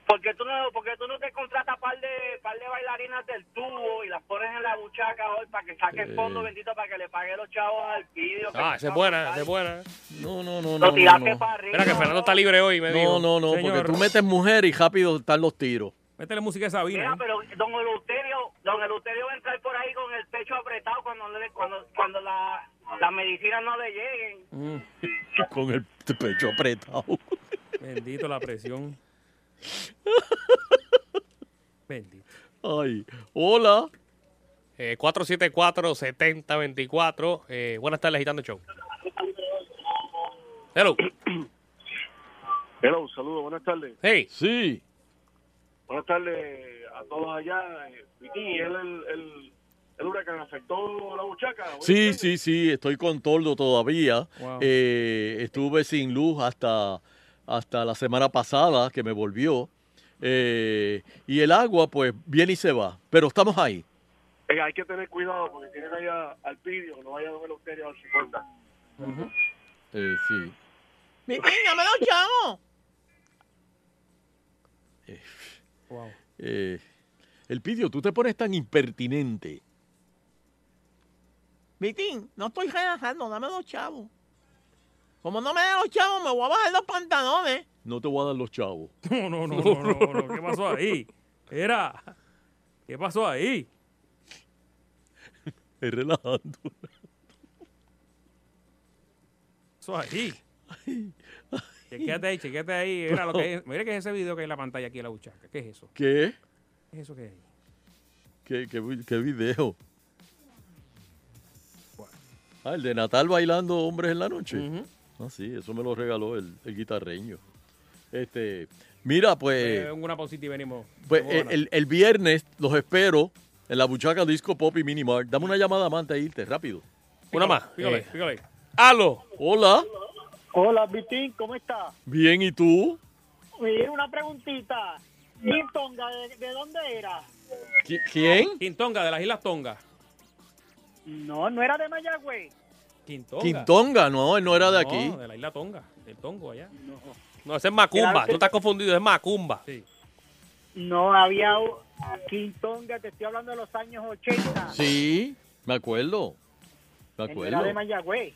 Speaker 6: Porque tú no, porque tú no te contratas par de, par de bailarinas del tubo y las pones en la buchaca hoy para que saque el fondo
Speaker 4: Sí.
Speaker 6: bendito para que le pague los chavos al vídeo.
Speaker 3: Ah, esa es buena, esa es buena.
Speaker 4: No, no, no, no.
Speaker 6: Lo
Speaker 4: No,
Speaker 6: tiraste
Speaker 4: no,
Speaker 6: para arriba.
Speaker 3: Mira que Fernando está libre hoy, me dijo.
Speaker 4: no, no, no, porque
Speaker 2: Señor.
Speaker 4: tú metes mujer y rápido están los tiros.
Speaker 2: Métele música a Sabina.
Speaker 6: Mira,
Speaker 2: ¿eh?
Speaker 6: pero don Eleuterio, don Eleuterio va a entrar por ahí con el pecho apretado cuando no le- cuando cuando la, las medicinas no le lleguen.
Speaker 2: Mm,
Speaker 4: Con el pecho apretado.
Speaker 2: bendito la presión. Bendito.
Speaker 4: Ay, hola.
Speaker 3: Eh, 474-7024. Eh, buenas tardes, Gitano Show. Hello.
Speaker 9: Hello, saludos, buenas tardes.
Speaker 3: Hey.
Speaker 4: Sí.
Speaker 9: Buenas tardes a todos allá. Vicky, ¿el, el, el, el huracán afectó la buchaca?
Speaker 4: Sí, sí, sí, estoy con toldo todavía.
Speaker 2: Wow.
Speaker 4: Eh, estuve sin luz hasta, hasta la semana pasada que me volvió. Eh, y el agua, pues, viene y se va. Pero estamos ahí.
Speaker 9: Eh, hay que tener cuidado porque tienen allá al pidio, no vaya a ver ustedes a 50.
Speaker 4: Eh, sí.
Speaker 5: Pitín, dame los chavos.
Speaker 2: Wow.
Speaker 4: Eh, el pidio, tú te pones tan impertinente.
Speaker 5: Vitín, no estoy relajando, dame los chavos. Como no me den los chavos, me voy a bajar los pantalones.
Speaker 4: No te voy a dar los chavos.
Speaker 2: No, no, no, no, no, no. ¿Qué pasó ahí? Era. ¿Qué pasó ahí?
Speaker 4: Es relajando.
Speaker 2: ¿Qué pasó ahí? Chequéate ahí, chequéate ahí. Era lo que es- Mira que es ese video que hay en la pantalla aquí en la buchaca. ¿Qué es eso?
Speaker 4: ¿Qué?
Speaker 2: ¿Qué es eso que hay?
Speaker 4: ¿Qué, qué, vi- qué video? Ah, el de Natal bailando hombres en la noche. Ah, sí, eso me lo regaló el, el guitarreño. Este, mira, pues.
Speaker 2: Eh, una pausita y venimos.
Speaker 4: Pues
Speaker 2: Vamos a
Speaker 4: eh,
Speaker 2: ganar.
Speaker 4: el, el viernes los espero en la buchaca Disco Pop y Minimart. Dame una llamada más antes de irte, rápido.
Speaker 3: Una más.
Speaker 2: Fíjole,
Speaker 3: Eh,
Speaker 2: fíjole.
Speaker 3: ¡Halo!
Speaker 4: Hola,
Speaker 9: Hola, Vitín, ¿cómo estás?
Speaker 4: bien, ¿y tú?
Speaker 9: Mira, una preguntita. Mintonga, ¿de, ¿de dónde era?
Speaker 4: ¿Qui- ¿Quién?
Speaker 2: Quintonga, de las Islas Tonga.
Speaker 9: No, no era de Mayagüez.
Speaker 2: Quintonga.
Speaker 4: Quintonga, no, él no era de
Speaker 2: No,
Speaker 4: aquí.
Speaker 2: de la Isla Tonga. Del Tongo allá.
Speaker 3: No, ese es Macumba. Tú estás confundido, es Macumba.
Speaker 2: Sí.
Speaker 9: No, había u- Quintonga, te estoy hablando de los años 80.
Speaker 4: Sí, me acuerdo. Me
Speaker 9: Él Era
Speaker 4: acuerdo.
Speaker 9: de Mayagüez.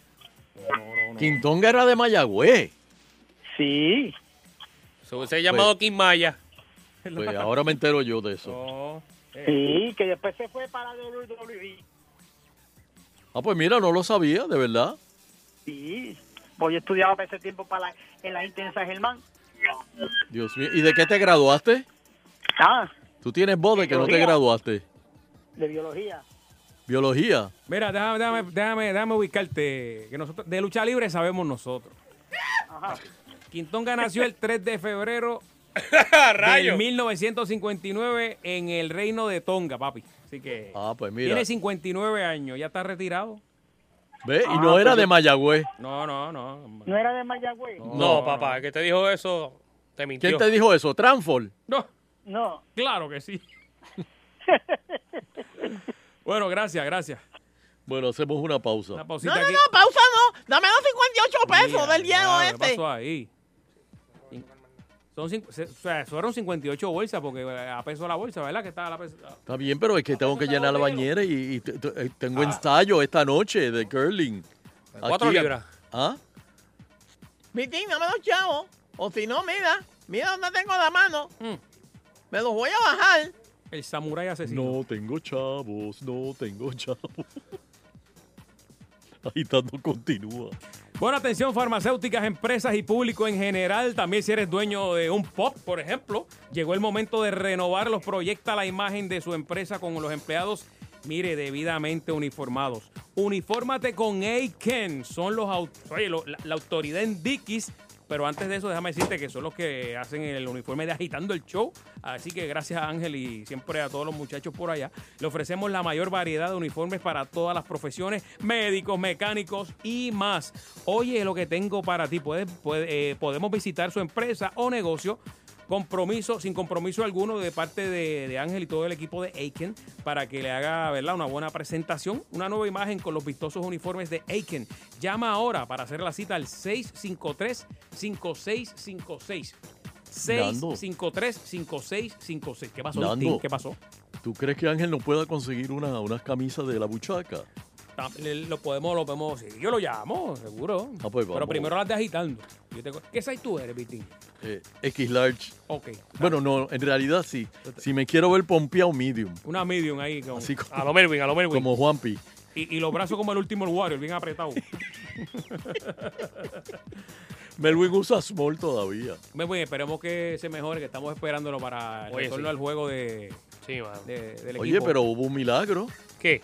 Speaker 4: Quintonga era de Mayagüez.
Speaker 9: Sí.
Speaker 3: Se hubiese llamado Kim Maya.
Speaker 4: Pues ahora me entero yo de eso. Eh,
Speaker 2: No.
Speaker 9: Sí, que después se fue para E. WWE.
Speaker 4: Ah, pues mira, no lo sabía, de verdad.
Speaker 9: Sí. Pues yo estudiaba para ese tiempo para la- en la Inter en San Germán.
Speaker 4: Dios mío. ¿Y de qué te graduaste?
Speaker 9: Ah,
Speaker 4: Tú tienes voz de que no te
Speaker 9: Biología.
Speaker 4: graduaste.
Speaker 9: de biología.
Speaker 4: Biología.
Speaker 2: Mira, déjame, déjame, déjame, déjame ubicarte. Que nosotros, de lucha libre sabemos nosotros. Quintonga nació el 3 de febrero de 1959 en el reino de Tonga, papi. Así que
Speaker 4: Ah, pues mira.
Speaker 2: tiene 59 años, ya está retirado.
Speaker 4: Ve, y no era de Mayagüez.
Speaker 2: No, no, no.
Speaker 9: ¿No era de Mayagüez?
Speaker 3: No, papá, el que te dijo eso te mintió.
Speaker 4: ¿Quién te dijo eso? Transfor.
Speaker 2: No,
Speaker 9: No.
Speaker 2: claro que sí. bueno, gracias, gracias.
Speaker 4: Bueno, hacemos una pausa.
Speaker 2: Una
Speaker 5: No,
Speaker 2: pausita
Speaker 5: no,
Speaker 2: aquí.
Speaker 5: no, pausa no. Dame los 58 pesos
Speaker 2: Mira,
Speaker 5: del hielo
Speaker 2: ya, ¿Qué
Speaker 5: este.
Speaker 2: pasó ahí? Son cinc- se- o sea, fueron 58 bolsas porque eh, a peso la bolsa, ¿verdad? Que estaba la pes- ah,
Speaker 4: Está bien, pero es que tengo que llenar la bañera y, y t- t- eh, tengo ensayo esta noche de curling.
Speaker 3: Cuatro
Speaker 4: Aquí-
Speaker 3: libras.
Speaker 4: ¿Ah?
Speaker 5: Vitín, dame los chavos. O si no, mira, mira dónde tengo la mano.
Speaker 2: Mm.
Speaker 5: Me los voy a bajar.
Speaker 2: El samurái asesino.
Speaker 4: No tengo chavos, no tengo chavos. Agitando continúa.
Speaker 2: Bueno, atención, farmacéuticas, empresas y público en general. También si eres dueño de un pop, por ejemplo, llegó el momento de renovarlos. Proyecta la imagen de su empresa con los empleados. Mire, debidamente uniformados. Unifórmate con Aiken. Son los au- oye, lo- la, la autoridad en Dickies. Pero antes de eso, déjame decirte que son los que hacen el uniforme de agitando el show. Así que gracias a Ángel y siempre a todos los muchachos por allá. Le ofrecemos la mayor variedad de uniformes para todas las profesiones, médicos, mecánicos y más. Oye, lo que tengo para ti, puedes- puede- eh, podemos visitar su empresa o negocio. Compromiso, sin compromiso alguno de parte de, de Ángel y todo el equipo de Aiken para que le haga ¿verdad? una buena presentación, una nueva imagen con los vistosos uniformes de Aiken. Llama ahora para hacer la cita al 653-5656.
Speaker 4: Nando.
Speaker 2: 653-5656. ¿Qué pasó,
Speaker 4: Nando.
Speaker 2: Agustín? ¿Qué pasó?
Speaker 4: ¿Tú crees que Ángel no pueda conseguir una, unas camisas de la buchaca?
Speaker 2: Tam- le- Lo podemos, lo podemos. Sí, yo lo llamo, seguro.
Speaker 4: Ah, pues
Speaker 2: Pero
Speaker 4: vamos.
Speaker 2: primero las de agitando. Yo tengo- ¿Qué size tú eres, Vitín?
Speaker 4: Eh, X large.
Speaker 2: Ok.
Speaker 4: Bueno, no, en realidad sí. Si me quiero ver pompeado medium,
Speaker 2: Una medium ahí. Con,
Speaker 4: así
Speaker 3: A
Speaker 4: como,
Speaker 3: lo Melvin, a lo Melvin.
Speaker 4: como Juanpi.
Speaker 2: y, y los brazos como el último el Warrior, bien apretado.
Speaker 4: Melvin usa small todavía.
Speaker 2: Me voy, pues, esperemos que se mejore, que estamos esperándolo para el
Speaker 3: Oye,
Speaker 2: retorno
Speaker 3: sí.
Speaker 2: al juego de,
Speaker 3: Sí, mano.
Speaker 2: de- del
Speaker 4: Oye,
Speaker 2: equipo.
Speaker 4: pero hubo un milagro.
Speaker 3: ¿Qué?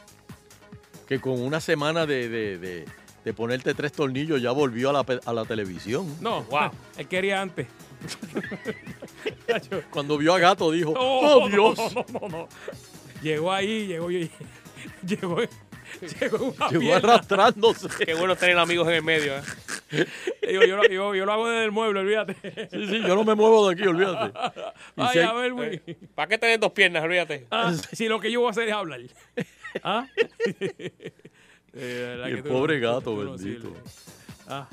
Speaker 4: que con una semana de, de- de- de ponerte tres tornillos ya volvió a la, pe- a la televisión.
Speaker 2: No, wow.
Speaker 3: Wow.
Speaker 2: Él quería antes. Tacho.
Speaker 4: Cuando vio a Gato dijo,
Speaker 2: No,
Speaker 4: ¡Oh, Dios!
Speaker 2: no, no, no. Llegó ahí, llegó. Llegó. Llegó una
Speaker 4: Llegó
Speaker 2: pierna.
Speaker 4: arrastrándose.
Speaker 3: Qué bueno tener amigos en el medio, ¿eh?
Speaker 2: Digo, yo, lo- yo- yo lo hago desde el mueble, olvídate.
Speaker 4: Sí, sí, yo no me muevo de aquí, olvídate. Y
Speaker 2: Ay,
Speaker 4: si hay- eh,
Speaker 2: a ver, güey.
Speaker 3: ¿Para qué tener dos piernas? Olvídate.
Speaker 2: Ah, si lo que yo voy a hacer es hablar. ¿Ah? Eh, la
Speaker 4: Y
Speaker 2: que
Speaker 4: el
Speaker 2: tú
Speaker 4: pobre
Speaker 2: tú-
Speaker 4: gato,
Speaker 2: tú no
Speaker 4: bendito.
Speaker 2: sirves. Ah.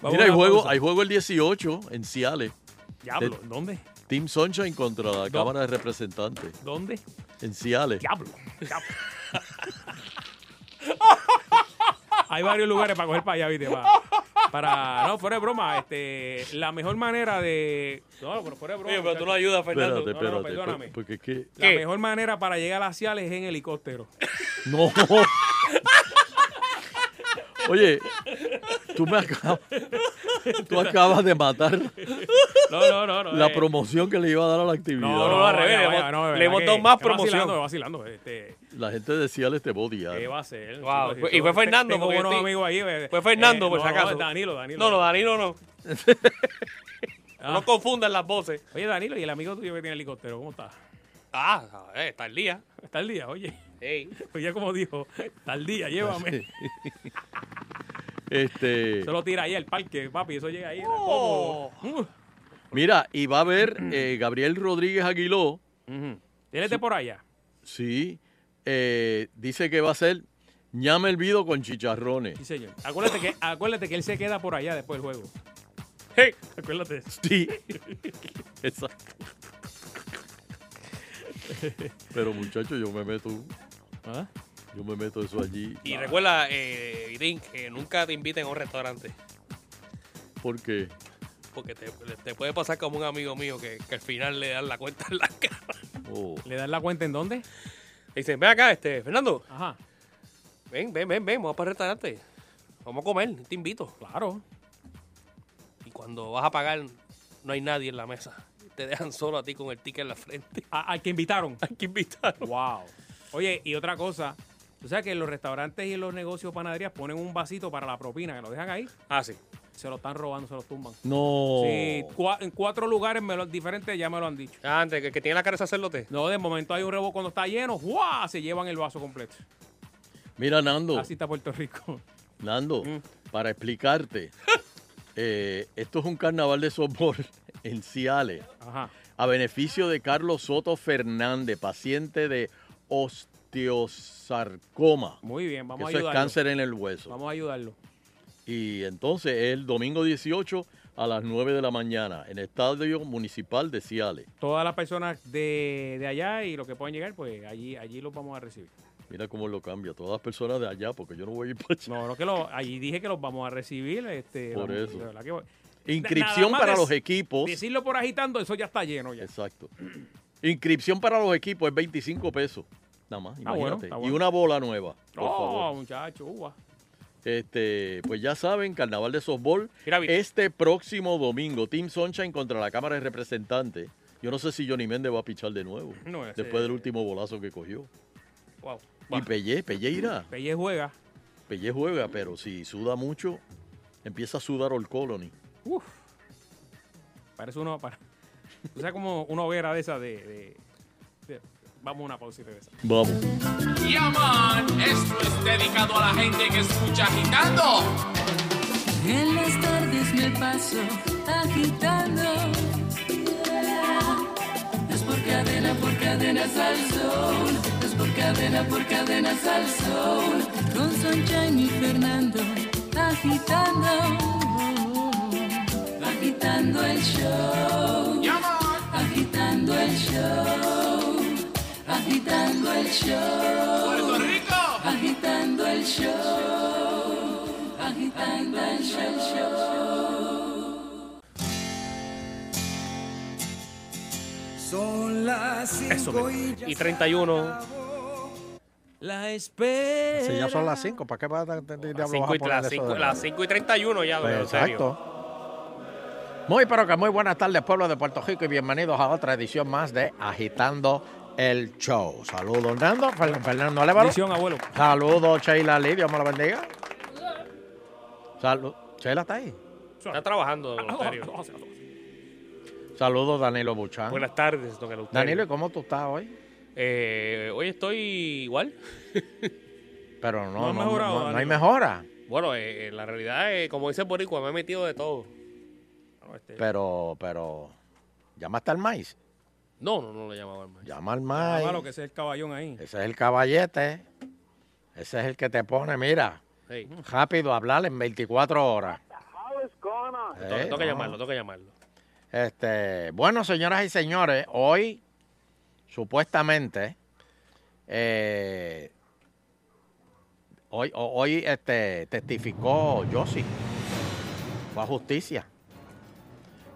Speaker 2: Vamos
Speaker 4: Mira,
Speaker 2: a
Speaker 4: hay
Speaker 2: la
Speaker 4: juego,
Speaker 2: pausa.
Speaker 4: hay juego el 18 en Ciales.
Speaker 2: Diablo, ¿dónde?
Speaker 4: Team Sunshine contra la Cámara de Representantes.
Speaker 2: ¿Dónde?
Speaker 4: En Ciales.
Speaker 2: Diablo. diablo. Hay varios lugares para coger para allá, ¿viste? Para, para- no, fuera de broma, este, la mejor manera de... No, pero fuera de broma.
Speaker 3: Oye, pero tú no
Speaker 2: muchacho.
Speaker 3: ayudas, Fernando.
Speaker 4: Espérate,
Speaker 2: no, no,
Speaker 4: espérate.
Speaker 2: perdóname.
Speaker 4: por- porque es que.
Speaker 2: la
Speaker 3: ¿Qué?
Speaker 2: mejor manera para llegar a Ciales es en helicóptero.
Speaker 4: No. Oye, tú me acabas. Tú acabas de matar
Speaker 2: No, no, no. no
Speaker 4: la
Speaker 2: eh,
Speaker 4: promoción que le iba a dar a la actividad.
Speaker 2: No, no,
Speaker 3: no,
Speaker 2: no,
Speaker 3: al revés,
Speaker 2: ya
Speaker 3: le
Speaker 2: va,
Speaker 3: hemos-
Speaker 2: ya va,
Speaker 3: le
Speaker 2: verdad
Speaker 3: hemos
Speaker 2: que-
Speaker 3: dado más
Speaker 2: es Vacilando,
Speaker 3: promoción.
Speaker 2: es vacilando. Este,
Speaker 4: La gente decía este body
Speaker 2: ¿Qué va a ser?
Speaker 3: Wow,
Speaker 2: Sí,
Speaker 3: fue-
Speaker 2: sí,
Speaker 3: y fue
Speaker 2: te-
Speaker 3: Fernando,
Speaker 2: Tengo
Speaker 3: porque
Speaker 2: unos
Speaker 3: estoy-
Speaker 2: amigos ahí. eh,
Speaker 3: fue Fernando,
Speaker 2: eh,
Speaker 3: por si
Speaker 2: no, no,
Speaker 3: acaso.
Speaker 2: Danilo, Danilo.
Speaker 3: No, no, Danilo no.
Speaker 2: Ah.
Speaker 3: No confundan las voces.
Speaker 2: Oye, Danilo, y el amigo tuyo que tiene helicóptero, ¿cómo está?
Speaker 3: Ah, eh, está el día.
Speaker 2: Está al día, oye.
Speaker 3: Ey.
Speaker 2: Pues ya como dijo, está al día, llévame.
Speaker 4: Este,
Speaker 2: Se lo tira ahí al parque, papi, eso llega ahí. era
Speaker 3: Oh.
Speaker 2: como- Uh,
Speaker 4: mira, y va a haber eh, Gabriel Rodríguez Aguiló.
Speaker 2: ujú. Tírate por allá.
Speaker 4: Sí, eh, dice que va a ser ñame hervido con chicharrones.
Speaker 2: Sí, señor. Acuérdate que, acuérdate que él se queda por allá después del juego.
Speaker 3: Hey.
Speaker 2: Acuérdate.
Speaker 4: Sí, exacto. Pero muchachos, yo me meto,
Speaker 2: ¿Ah?
Speaker 4: yo me meto eso allí. Ah,
Speaker 3: Y recuerda, eh, Irín, que nunca te inviten a un restaurante.
Speaker 4: Porque
Speaker 3: Porque te, te puede pasar como un amigo mío que, que al final le dan la cuenta en la cara.
Speaker 4: oh,
Speaker 2: ¿Le das la cuenta en dónde?
Speaker 3: Y dicen, ven acá, este, Fernando,
Speaker 2: Ajá,
Speaker 3: ven, ven, ven, ven, vamos para el restaurante. Vamos a comer, te invito.
Speaker 2: claro.
Speaker 3: Y cuando vas a pagar, no hay nadie en la mesa. Te dejan solo a ti con el ticket en la frente.
Speaker 2: A- al que invitaron.
Speaker 3: Hay que invitarlo.
Speaker 2: Wow. Oye, y otra cosa, tú sabes que los restaurantes y los negocios panaderías ponen un vasito para la propina, que lo dejan ahí,
Speaker 3: Ah, sí.
Speaker 2: se lo están robando, se lo tumban.
Speaker 4: no.
Speaker 2: Sí, cua- en cuatro lugares me lo- diferentes ya me lo han dicho.
Speaker 3: Ah, Antes, que, que tiene la cara de sacerdote.
Speaker 2: No, de momento hay un rebo cuando está lleno, ¡guau! Se llevan el vaso completo.
Speaker 4: Mira, Nando,
Speaker 2: Así está Puerto Rico.
Speaker 4: Nando,
Speaker 2: Mm.
Speaker 4: para explicarte, eh, esto es un carnaval de softball en Ciales.
Speaker 2: Ajá.
Speaker 4: a beneficio de Carlos Soto Fernández, paciente de osteosarcoma.
Speaker 2: Muy bien, vamos
Speaker 4: que
Speaker 2: a
Speaker 4: eso es
Speaker 2: ayudarlo.
Speaker 4: cáncer en el hueso.
Speaker 2: Vamos a ayudarlo.
Speaker 4: Y entonces es el domingo 18 a las 9 de la mañana en el Estadio Municipal de Ciales.
Speaker 2: Todas las personas de, de allá y los que puedan llegar, pues allí, allí los vamos a recibir.
Speaker 4: Mira cómo lo cambia. Todas las personas de allá, porque yo no voy a ir para allá.
Speaker 2: No, no que los, allí dije que los vamos a recibir. Este,
Speaker 4: Por
Speaker 2: vamos-
Speaker 4: eso.
Speaker 2: de verdad que voy- Nada
Speaker 4: Inscripción
Speaker 2: más
Speaker 4: para
Speaker 2: dec-
Speaker 4: los equipos.
Speaker 2: Decirlo por agitando, eso ya está lleno ya.
Speaker 4: Exacto. Inscripción para los equipos es 25 pesos. Nada más,
Speaker 2: Está Ah,
Speaker 4: imagínate.
Speaker 2: bueno, está
Speaker 4: Y
Speaker 2: bueno.
Speaker 4: una bola nueva, por
Speaker 2: Oh,
Speaker 4: favor.
Speaker 2: muchacho, uva.
Speaker 4: Este, pues ya saben, Carnaval de Softball
Speaker 3: Mira, vi-
Speaker 4: este próximo domingo. Team Sunshine contra la Cámara de Representantes. Yo no sé si Johnny Méndez va a pichar de nuevo.
Speaker 2: No, ese-
Speaker 4: después del último bolazo que cogió.
Speaker 3: Wow.
Speaker 4: Y Pelle, Pelle irá.
Speaker 2: Pelle juega.
Speaker 4: Pelle juega, pero si suda mucho, empieza a sudar All Colony.
Speaker 2: Uf. Parece uno. Para, o sea, como una hoguera de esa de. de- de- vamos a una pausa y regresa.
Speaker 4: Vamos.
Speaker 10: En las tardes me paso agitando. Es por cadena, por cadena al sol. Es por cadena, por cadena al sol. Con Sunshine y Fernando agitando. Agitando el show. Agitando el show. Agitando el show. Agitando el show. Agitando el show.
Speaker 3: Eso, mira. Y 31.
Speaker 2: La espera.
Speaker 11: Si ya son las 5, ¿para qué vas a, te- te- te
Speaker 3: Las
Speaker 11: hablo, vas
Speaker 3: 5
Speaker 11: a
Speaker 3: y,
Speaker 11: poner
Speaker 3: las
Speaker 11: eso
Speaker 3: cinco-
Speaker 11: de-
Speaker 3: las cinco y 31 ya,
Speaker 11: Pues
Speaker 3: don Eleuterio.
Speaker 11: exacto. Muy, pero que muy buenas tardes, pueblo de Puerto Rico, y bienvenidos a otra edición más de Agitando el Show. Saludos, Nando, Fer- Fernando Álvaro.
Speaker 2: Bendición, abuelo.
Speaker 11: Saludos, Sheila Lee, Dios me la bendiga. Saludos, Sheila está ahí.
Speaker 3: Está trabajando, don Eleuterio.
Speaker 11: Saludos, Danilo Buchan.
Speaker 3: Buenas tardes, don Eleuterio.
Speaker 11: Danilo, ¿y cómo tú estás hoy?
Speaker 3: Eh, hoy estoy igual.
Speaker 11: Pero no,
Speaker 2: No
Speaker 11: no,
Speaker 2: has mejorado,
Speaker 11: no- no hay
Speaker 2: Danilo.
Speaker 11: mejora.
Speaker 3: Bueno, eh, eh, la realidad, es, como dice el Boricua, me he metido de todo.
Speaker 11: Pero, pero, llamaste al maíz.
Speaker 3: No, no, no lo llamaban más.
Speaker 11: Llama al
Speaker 2: Ah,
Speaker 11: maíz.
Speaker 2: malo que sea el caballón ahí.
Speaker 11: Ese es el caballete. Ese es el que te pone, mira,
Speaker 3: Hey,
Speaker 11: rápido a hablar en 24 horas. Eh,
Speaker 3: tengo, tengo que
Speaker 11: no.
Speaker 3: llamarlo, tengo que llamarlo.
Speaker 11: Este, bueno, señoras y señores, hoy supuestamente eh, hoy, ho- hoy este, testificó Yossi. Fue a justicia.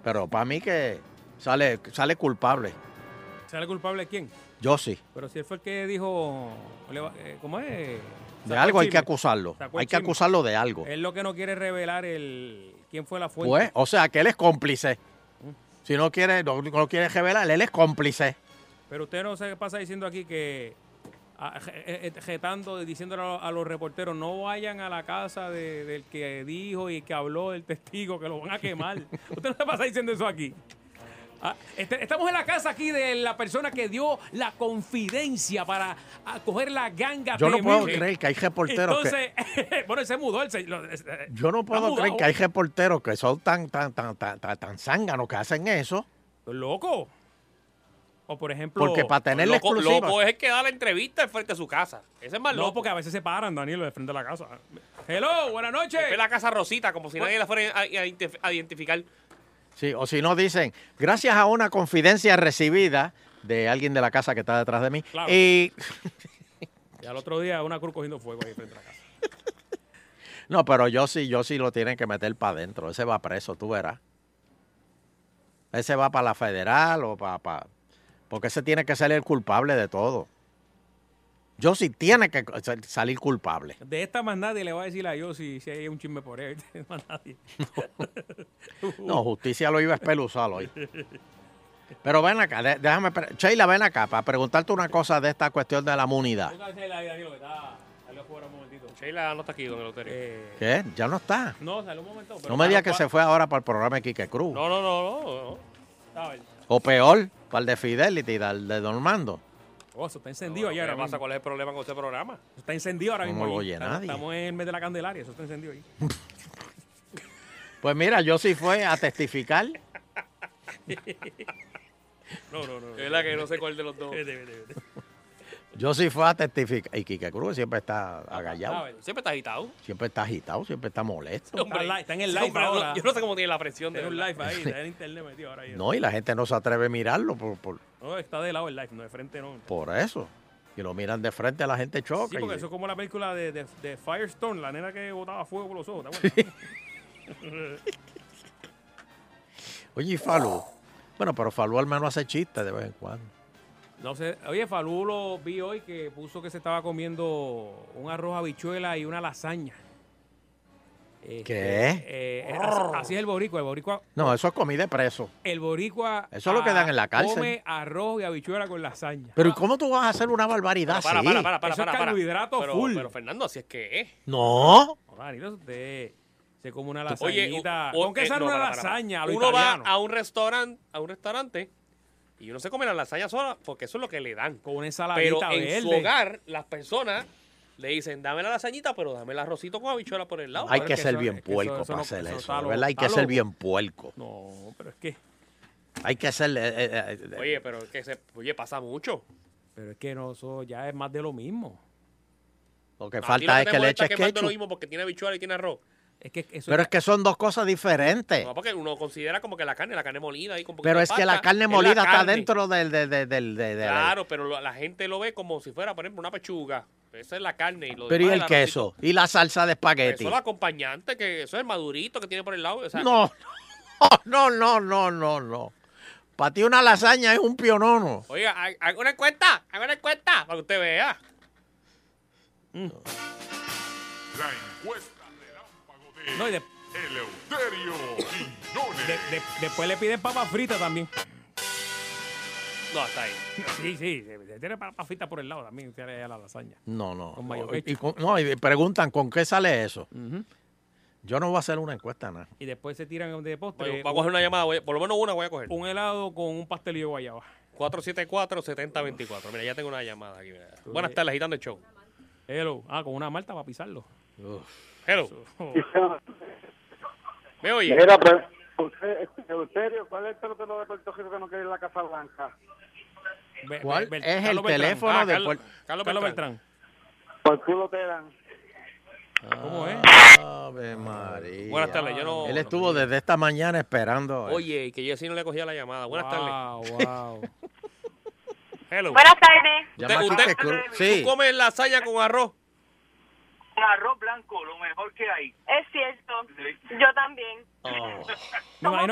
Speaker 11: Pero para mí que sale, sale culpable.
Speaker 2: ¿Sale culpable quién?
Speaker 11: Yossi.
Speaker 2: Pero si él fue el que dijo. le va- eh, ¿Cómo es?
Speaker 11: De
Speaker 2: Sacó el
Speaker 11: algo hay que
Speaker 2: chisme.
Speaker 11: acusarlo.
Speaker 2: Sacó el
Speaker 11: Hay que
Speaker 2: chisme. Eh,
Speaker 11: acusarlo de algo.
Speaker 2: Él lo que no quiere es revelar el quién fue la fuente.
Speaker 11: Pues,
Speaker 2: Mm.
Speaker 11: o sea, que él es cómplice. Si no quiere, no, no quiere revelar, él es cómplice.
Speaker 2: Pero usted no se pasa diciendo aquí que a- je- eh, jetando, diciéndole a los, a los reporteros, no vayan a la casa de- del que dijo y que habló del testigo, que lo van a quemar. usted no se pasa diciendo eso aquí. Ah, este- estamos en la casa aquí de la persona que dio la confidencia para ah, coger la ganga.
Speaker 11: Yo no puedo
Speaker 2: temible.
Speaker 11: creer que hay reporteros que-
Speaker 2: Entonces, bueno, él se mudó. él se- lo- eh,
Speaker 11: Yo no
Speaker 2: está
Speaker 11: puedo creer
Speaker 2: mudado.
Speaker 11: que hay reporteros que son tan, tan, tan, tan, tan, tan zánganos que hacen eso.
Speaker 2: Loco. O por ejemplo.
Speaker 11: Porque para tener la
Speaker 3: Loco,
Speaker 11: exclusiva.
Speaker 2: eh.
Speaker 3: loco es el que da la entrevista frente a su casa. Ese es más
Speaker 2: No,
Speaker 3: loco.
Speaker 2: porque a veces se paran, Danilo, de frente a la casa. Hello, buenas noches.
Speaker 3: Es la casa Rosita, como si nadie la fuera a, a identif- a identificar.
Speaker 11: Sí, o si no dicen, gracias a una confidencia recibida de alguien de la casa que está detrás de mí.
Speaker 2: Claro.
Speaker 11: Y
Speaker 2: Y al otro día una cruz cogiendo fuego ahí frente a la casa.
Speaker 11: no, pero yo sí, yo sí lo tienen que meter para adentro. Ese va preso, tú verás. Ese va para la federal o para, porque ese tiene que salir culpable de todo. Yo sí tiene que sal- salir culpable.
Speaker 2: De esta más nadie le va a decir a yo si, si hay un chisme por él. Más nadie.
Speaker 11: No, justicia lo iba a espeluzar hoy. Pero ven acá, de- déjame, pre- Sheila, ven acá para preguntarte una cosa de esta cuestión de la inmunidad.
Speaker 2: Póngase la vida, Danilo, que está. Salió fuera un momentito.
Speaker 3: Sheila no está aquí, don Eleuterio.
Speaker 2: Eh.
Speaker 11: ¿Qué? Ya no está.
Speaker 2: No, salió un momento. pero
Speaker 11: No me digas
Speaker 2: está-
Speaker 11: que se fue ahora para el programa de Quique Cruz.
Speaker 3: No, no, no, no.
Speaker 2: está- a ver.
Speaker 11: O peor, para el de Fidelity, para el de Normando.
Speaker 2: Oh, eso está encendido
Speaker 3: No,
Speaker 2: allá
Speaker 3: ¿qué
Speaker 2: ahora
Speaker 3: pasa?
Speaker 2: mismo.
Speaker 3: ¿Cuál es el problema con este programa?
Speaker 2: Eso Está encendido ahora
Speaker 11: No
Speaker 2: mismo.
Speaker 11: lo
Speaker 2: ahí.
Speaker 11: oye
Speaker 2: Está-
Speaker 11: nadie.
Speaker 2: Estamos en el mes de la Candelaria, eso está encendido ahí.
Speaker 11: Pues mira, yo sí fue a testificar.
Speaker 2: No, no, no. Eh,
Speaker 3: Es verdad que no sé cuál de los dos.
Speaker 2: Vete, vete, vete.
Speaker 11: Yo sí fue a testificar. Y Quique Cruz siempre está agallado.
Speaker 3: Ah, Siempre está agitado.
Speaker 11: Siempre está agitado, siempre está molesto.
Speaker 3: Hombre,
Speaker 2: li- está en el
Speaker 3: ese
Speaker 2: live
Speaker 3: hombre, no-
Speaker 2: ahora.
Speaker 3: Yo no sé cómo tiene la presión de
Speaker 2: Tiene un
Speaker 3: verdad.
Speaker 2: live ahí, está en internet metido ahora. ahí.
Speaker 11: No, y la gente no se atreve a mirarlo por, por,
Speaker 2: No, está de lado el live, no de frente no.
Speaker 11: por eso. Y lo miran de frente, la gente choca.
Speaker 2: Sí, porque
Speaker 11: y-
Speaker 2: eso es como la película de, de- de Firestone, la nena que botaba fuego por los ojos, ¿te acuerdas?
Speaker 11: Oye, y Falú. Bueno, pero Falú al menos hace chistes de vez en cuando.
Speaker 2: No sé, oye, Falú lo vi hoy que puso que se estaba comiendo un arroz habichuela y una lasaña. Este,
Speaker 11: ¿Qué?
Speaker 2: eh, eh, así, así es el boricua, el boricua,
Speaker 11: No, eso es comida de preso.
Speaker 2: el boricua.
Speaker 11: Eso es lo que dan en la cárcel.
Speaker 2: Come arroz y habichuela con lasaña.
Speaker 11: Pero ¿y cómo tú vas a hacer una barbaridad
Speaker 3: Para,
Speaker 11: así?
Speaker 3: para, para, para,
Speaker 2: Ah, Eso es
Speaker 3: para, para.
Speaker 2: carbohidrato
Speaker 3: pero,
Speaker 2: full.
Speaker 3: Pero Fernando, así es que es.
Speaker 11: No.
Speaker 2: No, Danilo, usted se come una
Speaker 3: Oye,
Speaker 2: lasañita.
Speaker 3: o- o-
Speaker 2: ¿Con qué
Speaker 3: eh,
Speaker 2: sale
Speaker 3: no,
Speaker 2: una
Speaker 3: para, para.
Speaker 2: lasaña? a lo
Speaker 3: Uno
Speaker 2: italiano?
Speaker 3: va a un restaurante, a un restaurante y uno se come la lasaña sola porque eso es lo que le dan.
Speaker 2: con una ensaladita
Speaker 3: Pero en
Speaker 2: verde.
Speaker 3: su hogar las personas le dicen, "Dame la lasañita, pero dame el arrocito con habichuela por el lado."
Speaker 11: Hay
Speaker 2: pero
Speaker 11: que
Speaker 2: es que
Speaker 11: ser
Speaker 2: eso-
Speaker 11: bien
Speaker 2: es que eso-
Speaker 11: puerco
Speaker 2: eso
Speaker 11: para
Speaker 2: no-
Speaker 11: hacer
Speaker 2: eso
Speaker 11: eso,
Speaker 2: está loco,
Speaker 11: ¿verdad? Hay que
Speaker 2: está
Speaker 11: ser
Speaker 2: loco.
Speaker 11: bien puerco.
Speaker 2: No, pero es que,
Speaker 11: Hay que ser... eh, eh, eh, eh,
Speaker 3: Oye, pero es que se, oye, pasa mucho.
Speaker 2: pero es que no, eso ya es más de lo mismo.
Speaker 11: lo que
Speaker 3: A ti lo
Speaker 11: falta es
Speaker 3: te
Speaker 11: que le eches
Speaker 3: molesta es que es más de lo
Speaker 11: ketchup.
Speaker 3: mismo porque tiene habichuela y tiene arroz.
Speaker 2: Es que eso
Speaker 11: Pero es que son dos cosas diferentes.
Speaker 3: No, porque uno considera como que la carne, la carne molida y
Speaker 11: Eh.
Speaker 3: como
Speaker 11: Pero es que la carne molida está dentro del... del- del- del- del- del-
Speaker 3: Claro, pero lo- la gente lo ve como si fuera, por ejemplo, una pechuga. Esa es Pues la carne y lo
Speaker 11: Pero ¿y
Speaker 3: demás
Speaker 11: el
Speaker 3: es
Speaker 11: queso? ¿Y la salsa de
Speaker 3: arrocito.
Speaker 11: espagueti?
Speaker 3: Eso es el acompañante, que eso es el madurito que tiene por el lado. o sea,
Speaker 11: No, no, no, no, no, no. Para ti una lasaña es un pionono.
Speaker 3: Oiga, ha- haga una encuesta, haga una encuesta para que usted vea.
Speaker 12: La encuesta relámpago de
Speaker 2: No, y de-
Speaker 12: Eleuterio Quiñones.
Speaker 2: de- de- después le piden papas fritas también.
Speaker 3: No, está ahí.
Speaker 2: Sí, sí, se- tiene papas fritas por el lado también, tiene la lasaña.
Speaker 11: No, no.
Speaker 2: Con mayo
Speaker 11: Y- y
Speaker 2: ketchup.
Speaker 11: con- no, y preguntan con qué sale eso. Yo no voy a hacer una encuesta nada.
Speaker 2: Y después se tiran de
Speaker 3: Voy-
Speaker 2: postre
Speaker 3: voy a coger una llamada, voy- por lo menos una voy a coger.
Speaker 2: un helado con un pastelillo de guayaba.
Speaker 3: 474-7024. Mira, ya tengo una llamada aquí. mira. Buenas tardes, agitando el show.
Speaker 2: Hello. Ah, con una malta para pisarlo.
Speaker 3: Hello. ¿Me oye?
Speaker 9: Mira, pero, usted, Eleuterio, ¿cuál es el teléfono de Puerto Rico que no quiere ir a la Casa Blanca?
Speaker 2: Be-
Speaker 11: ¿Cuál
Speaker 2: Bel-
Speaker 11: es el
Speaker 2: Carlos Beltrán.
Speaker 11: teléfono
Speaker 2: Ah,
Speaker 11: de
Speaker 2: Carlos-
Speaker 11: Puerto-
Speaker 2: Carlos,
Speaker 3: Carlos
Speaker 2: Beltrán?
Speaker 9: Por culo te dan.
Speaker 2: ¿Cómo es?
Speaker 11: Ave María.
Speaker 3: Buenas tardes, yo no.
Speaker 11: Él estuvo desde esta mañana esperando. eh.
Speaker 3: Oye, y que yo así no le cogía la llamada. Buenas tardes.
Speaker 2: Wow, wow.
Speaker 3: Hello.
Speaker 7: Buenas tardes.
Speaker 11: Llama a
Speaker 3: usted-
Speaker 11: Quique
Speaker 3: usted-
Speaker 11: Cruz.
Speaker 3: ¿Tú
Speaker 11: Sí.
Speaker 3: comes lasaña con arroz?
Speaker 6: Un arroz blanco, lo mejor que hay.
Speaker 7: Es cierto. Yo también.
Speaker 2: Me imagino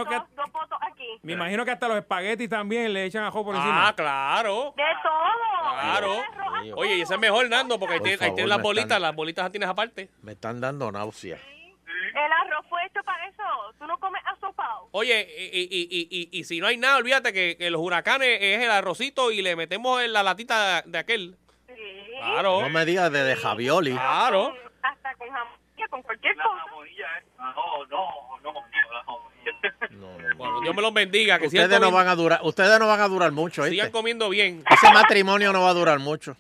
Speaker 7: Somos
Speaker 2: que
Speaker 7: dos, dos fotos aquí.
Speaker 2: me imagino que hasta los espaguetis también le echan ajo por encima.
Speaker 3: Ah, claro.
Speaker 7: De todo.
Speaker 9: Ah,
Speaker 3: Claro.
Speaker 7: Arroz a
Speaker 3: Oye, y ese es
Speaker 7: todo.
Speaker 3: mejor, Nando, porque ahí
Speaker 11: Por
Speaker 3: tienes ahí
Speaker 11: favor,
Speaker 3: tienes las
Speaker 11: me
Speaker 3: bolitas.
Speaker 11: están-
Speaker 3: Las bolitas las tienes aparte.
Speaker 11: Me están dando náuseas.
Speaker 7: El arroz fue hecho para eso. Tú no comes asopado.
Speaker 3: Oye, y, y- y- y- y si no hay nada, olvídate que, que los huracanes es el arrocito y le metemos en la latita de aquel. Claro.
Speaker 11: No me digas de, de Javioli.
Speaker 3: Claro.
Speaker 7: Hasta con jamonilla, con cualquier cosa.
Speaker 13: ¿eh?
Speaker 6: No, no, no,
Speaker 3: Bueno, Dios me los bendiga. Que
Speaker 11: Ustedes
Speaker 3: sigan,
Speaker 11: no
Speaker 3: comi-
Speaker 11: van a durar, ustedes no van a durar mucho, ¿oíste?
Speaker 3: sigan comiendo bien.
Speaker 11: Ese matrimonio no va a durar mucho.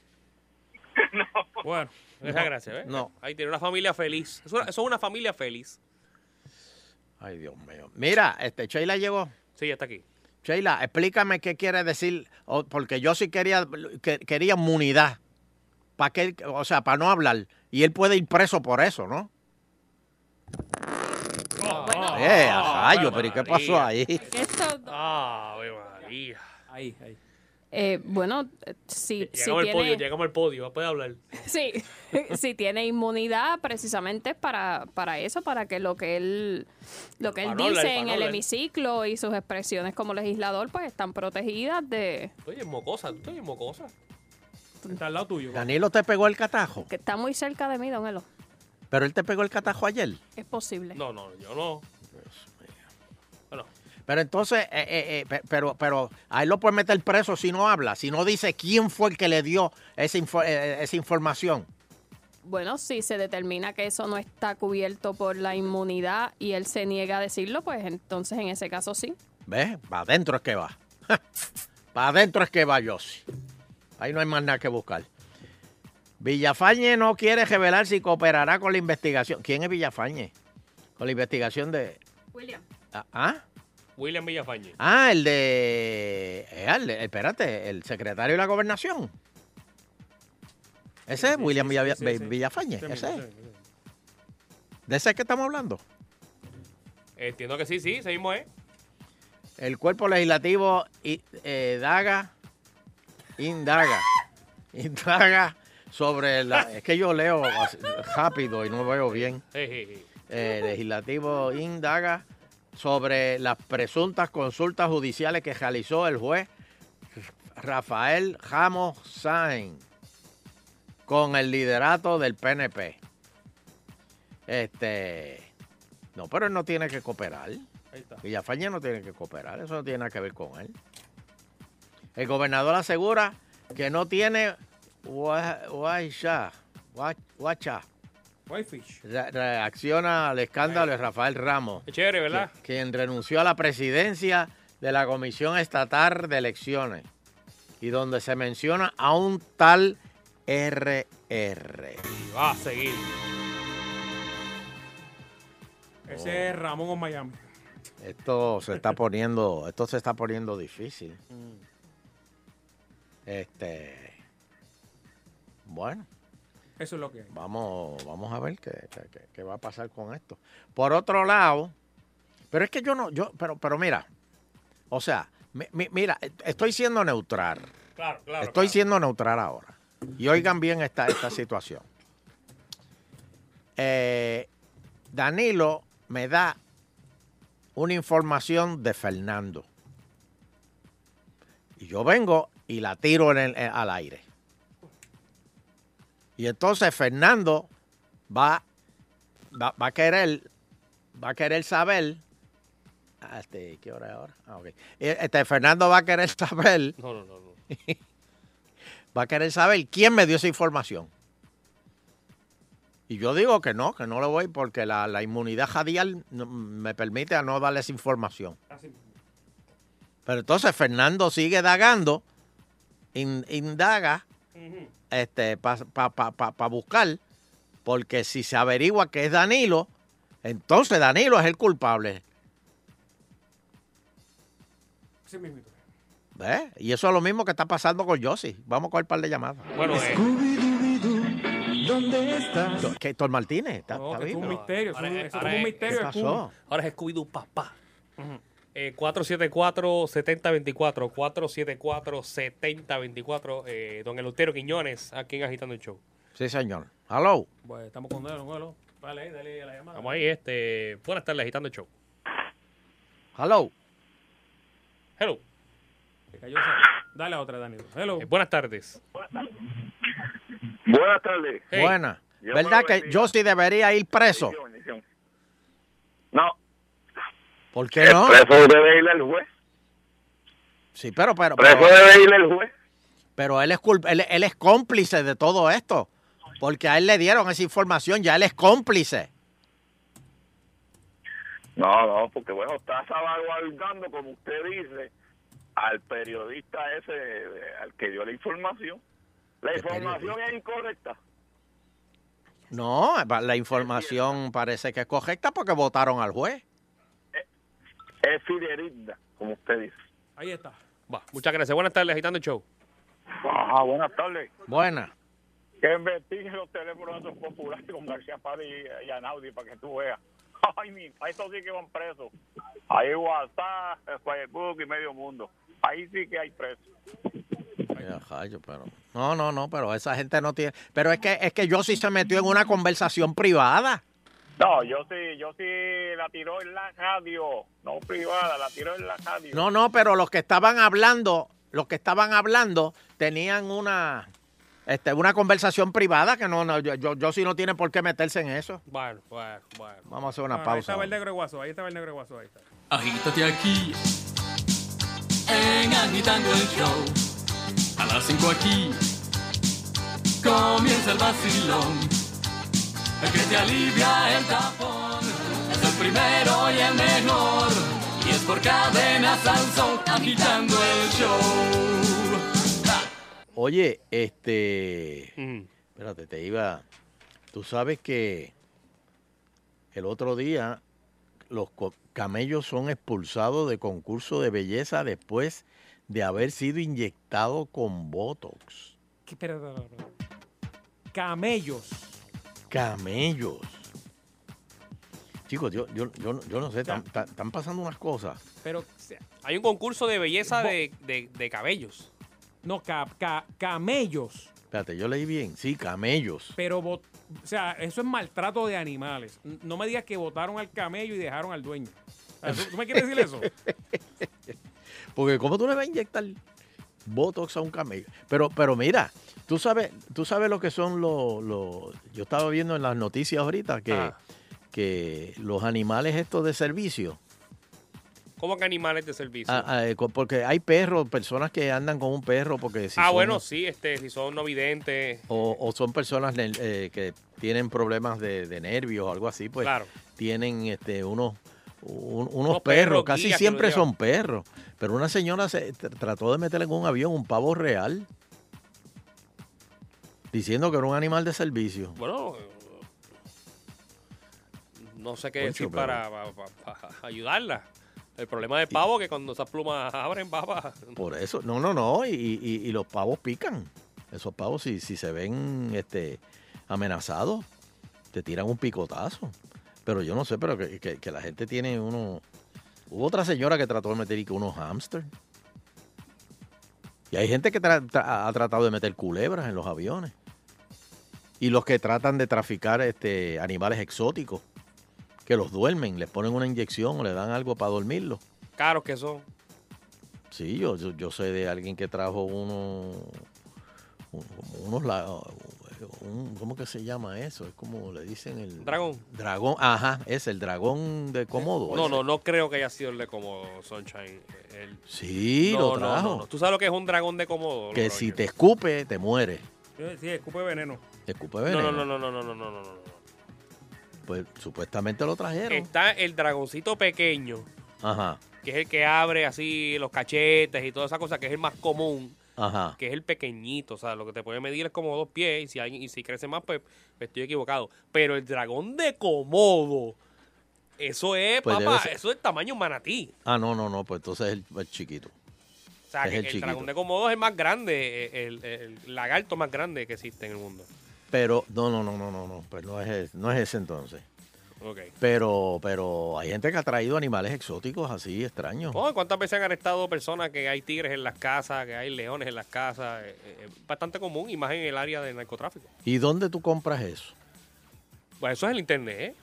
Speaker 2: Bueno,
Speaker 3: muchas
Speaker 11: No,
Speaker 3: gracias. ¿eh?
Speaker 11: no.
Speaker 3: Ahí tiene una familia feliz. Eso eso es una familia feliz.
Speaker 11: Ay, Dios mío. Mira, este Sheila llegó.
Speaker 3: Sí, está aquí.
Speaker 11: Sheila, explícame qué quiere decir, o- porque yo sí quería que- quería inmunidad. ¿Para qué? O sea, para no hablar. Y él puede ir preso por eso, ¿no? eh,
Speaker 3: Ah,
Speaker 11: a rayo, pero ¿y qué pasó ahí?
Speaker 14: Esto,
Speaker 3: Ave María.
Speaker 2: Ahí, ahí.
Speaker 14: eh, bueno, eh, si, si
Speaker 3: Llegamos al podio,
Speaker 14: tiene,
Speaker 3: llegamos al podio. Puede hablar.
Speaker 14: sí, si tiene inmunidad, precisamente es para, para eso, para que lo que él, lo que él
Speaker 3: Para no
Speaker 14: dice
Speaker 3: hablar, para
Speaker 14: en
Speaker 3: no
Speaker 14: el
Speaker 3: hablar.
Speaker 14: hemiciclo y sus expresiones como legislador, pues están protegidas de
Speaker 3: Oye, mocosa. Tú estás bien mocosa.
Speaker 2: Está al lado tuyo.
Speaker 11: Danilo te pegó el catajo,
Speaker 14: que está muy cerca de mí, don Elo.
Speaker 11: pero él te pegó el catajo ayer.
Speaker 14: Es posible.
Speaker 3: No, no, yo no.
Speaker 11: Pero entonces, eh, eh, eh, pe- pero, pero a él lo puede meter preso si no habla, si no dice quién fue el que le dio esa, info- eh, eh, esa información.
Speaker 14: Bueno, si se determina que eso no está cubierto por la inmunidad y él se niega a decirlo, pues entonces en ese caso sí.
Speaker 11: ¿Ves? Para adentro es que va. Para adentro es que va, Yossi. Ahí no hay más nada que buscar. Villafañe no quiere revelar si cooperará con la investigación. ¿Quién es Villafañe? Con la investigación de...
Speaker 14: William.
Speaker 11: ah, ¿Ah?
Speaker 3: William Villafañe.
Speaker 11: Ah, el de... eh, el de- espérate, el secretario de la gobernación. Ese es William Villa- Vi- Villafañe.
Speaker 3: Sí, Este
Speaker 11: ese
Speaker 3: sí,
Speaker 11: es. ¿De ese es que estamos hablando?
Speaker 3: Entiendo que sí, sí, seguimos, ¿eh?
Speaker 11: El cuerpo legislativo i- eh, daga, indaga, indaga sobre la... Es que yo leo así, rápido y no veo bien.
Speaker 3: Sí, sí, sí.
Speaker 11: Eh, legislativo indaga sobre las presuntas consultas judiciales que realizó el juez Rafael Ramos Sainz con el liderato del PNP. Este... No, pero él no tiene que cooperar.
Speaker 3: Ahí está.
Speaker 11: Villafañe no tiene que cooperar, eso no tiene nada que ver con él. El gobernador asegura que no tiene gua- guacha, gua- guacha.
Speaker 2: Whitefish.
Speaker 11: Re- reacciona al escándalo de Rafael Ramos.
Speaker 3: Qué chévere, ¿verdad?
Speaker 11: qui- Quien renunció a la presidencia de la Comisión Estatal de Elecciones y donde se menciona a un tal RR.
Speaker 3: Y va a seguir.
Speaker 2: Ese es
Speaker 3: Oh.
Speaker 2: Ramón o Miami.
Speaker 11: Esto se está poniendo, esto se está poniendo difícil. Este, bueno,
Speaker 2: Eso es lo que hay.
Speaker 11: vamos, vamos a ver qué, qué- qué- qué va a pasar con esto. Por otro lado, pero es que yo no, yo, pero, pero mira, o sea, mi- mi- mira, estoy siendo neutral.
Speaker 3: Claro, claro.
Speaker 11: Estoy siendo neutral ahora. Y oigan bien esta, esta situación. Eh, Danilo me da una información de Fernando. Y yo vengo y la tiro en el- eh, al aire. Y entonces Fernando va, va, va a querer va a querer saber Ah, este, ¿qué hora es ahora? Ah, ok. Eh, Este, Fernando va a querer saber
Speaker 3: No, no, no. no.
Speaker 11: va a querer saber quién me dio esa información. Y yo digo que no, que no lo voy porque la, la inmunidad jadial no- me permite a no darles información. Pero entonces Fernando sigue dagando, in- indaga este, para buscar, porque si se averigua que es Danilo, entonces Danilo es el culpable.
Speaker 2: Ese mismito.
Speaker 11: ¿Ves? Y eso es lo mismo que está pasando con Yossi. Vamos a coger un par de llamadas.
Speaker 3: Bueno, eh.
Speaker 11: ¿Dónde estás? Que Héctor Martínez está, está
Speaker 2: Es
Speaker 11: vivo.
Speaker 2: un misterio. eso
Speaker 3: Ahora
Speaker 2: es un-
Speaker 3: es-
Speaker 2: eso
Speaker 3: ahora
Speaker 2: es un
Speaker 3: es-
Speaker 11: ¿Qué
Speaker 2: misterio. de
Speaker 11: pasó?
Speaker 2: Cuba.
Speaker 3: Ahora es Scooby-Doo, papá. Eh, 474-7024, 474-7024, eh, don Elutero Quiñones, aquí en Agitando el Show.
Speaker 11: Sí, señor. Hello.
Speaker 2: Pues estamos con Don Elo. Dale, ahí, dale ahí a la llamada.
Speaker 3: Vamos ahí, este, buenas tardes, Agitando el Show.
Speaker 11: Hello.
Speaker 3: Hello,
Speaker 2: Se cayó esa. Dale a otra, Danilo. Hello.
Speaker 3: Eh, buenas tardes.
Speaker 8: Buenas tardes.
Speaker 11: Buena.
Speaker 8: Dios me
Speaker 11: ¿Verdad
Speaker 8: lo
Speaker 11: que
Speaker 8: bendiga.
Speaker 11: Yossi debería ir preso?
Speaker 8: Bendición, bendición. No,
Speaker 11: ¿Por qué no?
Speaker 13: El preso debe ir al juez.
Speaker 11: Sí, pero, pero,
Speaker 13: Preso
Speaker 11: Ah, pero-
Speaker 13: debe ir el juez.
Speaker 11: pero él, es culp- él, él es cómplice de todo esto. Porque a él le dieron esa información, ya él es cómplice.
Speaker 13: No, no, porque bueno, está salvaguardando, como usted dice, al periodista ese eh, al que dio la información. La información es incorrecta.
Speaker 11: No, la información parece que es correcta porque votaron al juez.
Speaker 13: Es fidedigna, como usted dice.
Speaker 2: Ahí está.
Speaker 3: Va, muchas gracias. Buenas tardes, agitando el show.
Speaker 13: Ajá, buenas tardes.
Speaker 11: Buena.
Speaker 15: Que investiguen los teléfonos de esos populares con García Padilla y Anaudi para que tú veas. Ay, mi, a estos sí que van presos. Ahí WhatsApp, eh, Facebook y medio mundo. Ahí sí que hay presos.
Speaker 11: Ya, rayo, pero- No, no, no, pero esa gente no tiene. Pero es que es que yo sí se metió en una conversación privada.
Speaker 15: No, yo sí, yo sí la tiró en la radio, no privada, la tiró en la radio.
Speaker 11: No, no, pero los que estaban hablando, los que estaban hablando tenían una este, una conversación privada que no, no yo, yo, yo sí no tiene por qué meterse en eso.
Speaker 3: Bueno, bueno, bueno.
Speaker 11: Vamos a hacer una
Speaker 2: Ah, Ahí
Speaker 11: pausa.
Speaker 2: estaba el negro guaso, ahí estaba el negro guaso, ahí está.
Speaker 1: Agítate aquí,
Speaker 10: En agitando el show
Speaker 1: a las 5 aquí,
Speaker 10: comienza el vacilón. El que te alivia el tapón es el primero y el mejor. Y es por cadena Sansón agitando el show.
Speaker 11: Oye, este. Espérate, te iba. Tú sabes que el otro día los co- camellos son expulsados de concurso de belleza después de haber sido inyectado con botox.
Speaker 2: ¿Qué- espera, espera, espera, espera. Camellos.
Speaker 11: Camellos. Chicos, yo, yo, yo, no- yo no sé, están- están están pasando unas cosas.
Speaker 2: Pero
Speaker 3: Hay un concurso de belleza de, de- de cabellos.
Speaker 2: no, ca- ca- camellos.
Speaker 11: Espérate, yo leí bien. Sí, camellos.
Speaker 2: Pero, bot- o sea, eso es maltrato de animales. N- No me digas que votaron al camello y dejaron al dueño. O sea, ¿tú, tú me quieres decir eso?
Speaker 11: Porque ¿cómo tú le vas a inyectar Botox a un camello? Pero, pero mira, tú sabes, tú sabes lo que son los, los- Yo estaba viendo en las noticias ahorita que, que los animales estos de servicio,
Speaker 3: ¿Cómo que animales de servicio?
Speaker 11: ah,
Speaker 3: Ah,
Speaker 11: ah, eh, co- porque hay perros, personas que andan con un perro porque si son-
Speaker 3: Ah, bueno, sí, este, si son no videntes.
Speaker 11: o, o son personas ner- eh, que tienen problemas de, de nervios o algo así, pues
Speaker 3: Claro.
Speaker 11: tienen este unos un- unos,
Speaker 3: Unos
Speaker 11: perros,
Speaker 3: perros
Speaker 11: casi
Speaker 3: guía que
Speaker 11: siempre
Speaker 3: los llevan.
Speaker 11: son perros. Pero una señora se tr- trató de meterle en un avión un pavo real, diciendo que era un animal de servicio.
Speaker 3: Bueno, eh, no sé qué
Speaker 11: Concho,
Speaker 3: decir para, pa- pa- pa- ayudarla. El problema del pavo es que cuando esas plumas abren, papá.
Speaker 11: Por eso, no, no, no, y, y- y los pavos pican. Esos pavos, si, si se ven este, amenazados, te tiran un picotazo. Pero yo no sé, pero que, que- que la gente tiene uno... Hubo otra señora que trató de meter y que unos hámster. Y hay gente que tra- tra- ha tratado de meter culebras en los aviones. Y los que tratan de traficar este, animales exóticos, que los duermen, les ponen una inyección o le dan algo para dormirlos.
Speaker 3: Caros que son.
Speaker 11: Sí, yo, yo, yo sé de alguien que trajo uno, un- como unos, la- un- ¿cómo que se llama eso? Es como le dicen el...
Speaker 3: Dragón.
Speaker 11: Dragón, ajá, es el dragón de Komodo.
Speaker 3: No,
Speaker 11: ese.
Speaker 3: no, no creo que haya sido el de como Sunshine. El-
Speaker 11: Sí,
Speaker 3: No,
Speaker 11: lo
Speaker 3: no, no,
Speaker 11: trajo.
Speaker 3: no. Tú sabes lo que es un dragón de cómodo.
Speaker 11: Que si te escupe, te muere.
Speaker 2: Sí, escupe veneno.
Speaker 11: Te escupe
Speaker 3: No,
Speaker 11: veneno.
Speaker 3: no, no, no, no, no, no, no, no, no.
Speaker 11: Pues supuestamente lo trajeron.
Speaker 3: Está el dragoncito pequeño,
Speaker 11: Ajá,
Speaker 3: que es el que abre así los cachetes y toda esa cosa, que es el más común,
Speaker 11: ajá.
Speaker 3: que es el pequeñito. O sea, lo que te puede medir es como dos pies y si, hay- y si crece más, pues estoy equivocado. Pero el dragón de Komodo, eso es,
Speaker 11: Pues debe
Speaker 3: papá,
Speaker 11: ser-
Speaker 3: eso es tamaño manatí.
Speaker 11: Ah, no, no, no, pues entonces es el, el chiquito.
Speaker 3: O sea,
Speaker 11: Es
Speaker 3: que
Speaker 11: el
Speaker 3: el,
Speaker 11: chiquito.
Speaker 3: dragón de Komodo es el más grande, el, el- el lagarto más grande que existe en el mundo.
Speaker 11: Pero, no, no, no, no, no, no, pues no es, ese- no es ese entonces.
Speaker 3: Ok.
Speaker 11: Pero, pero hay gente que ha traído animales exóticos así, extraños.
Speaker 3: Oh, ¿Cuántas veces han arrestado personas que hay tigres en las casas, que hay leones en las casas? Eh, eh, Es bastante común y más en el área de narcotráfico.
Speaker 11: ¿Y dónde tú compras eso?
Speaker 3: Pues eso es el internet, ¿eh?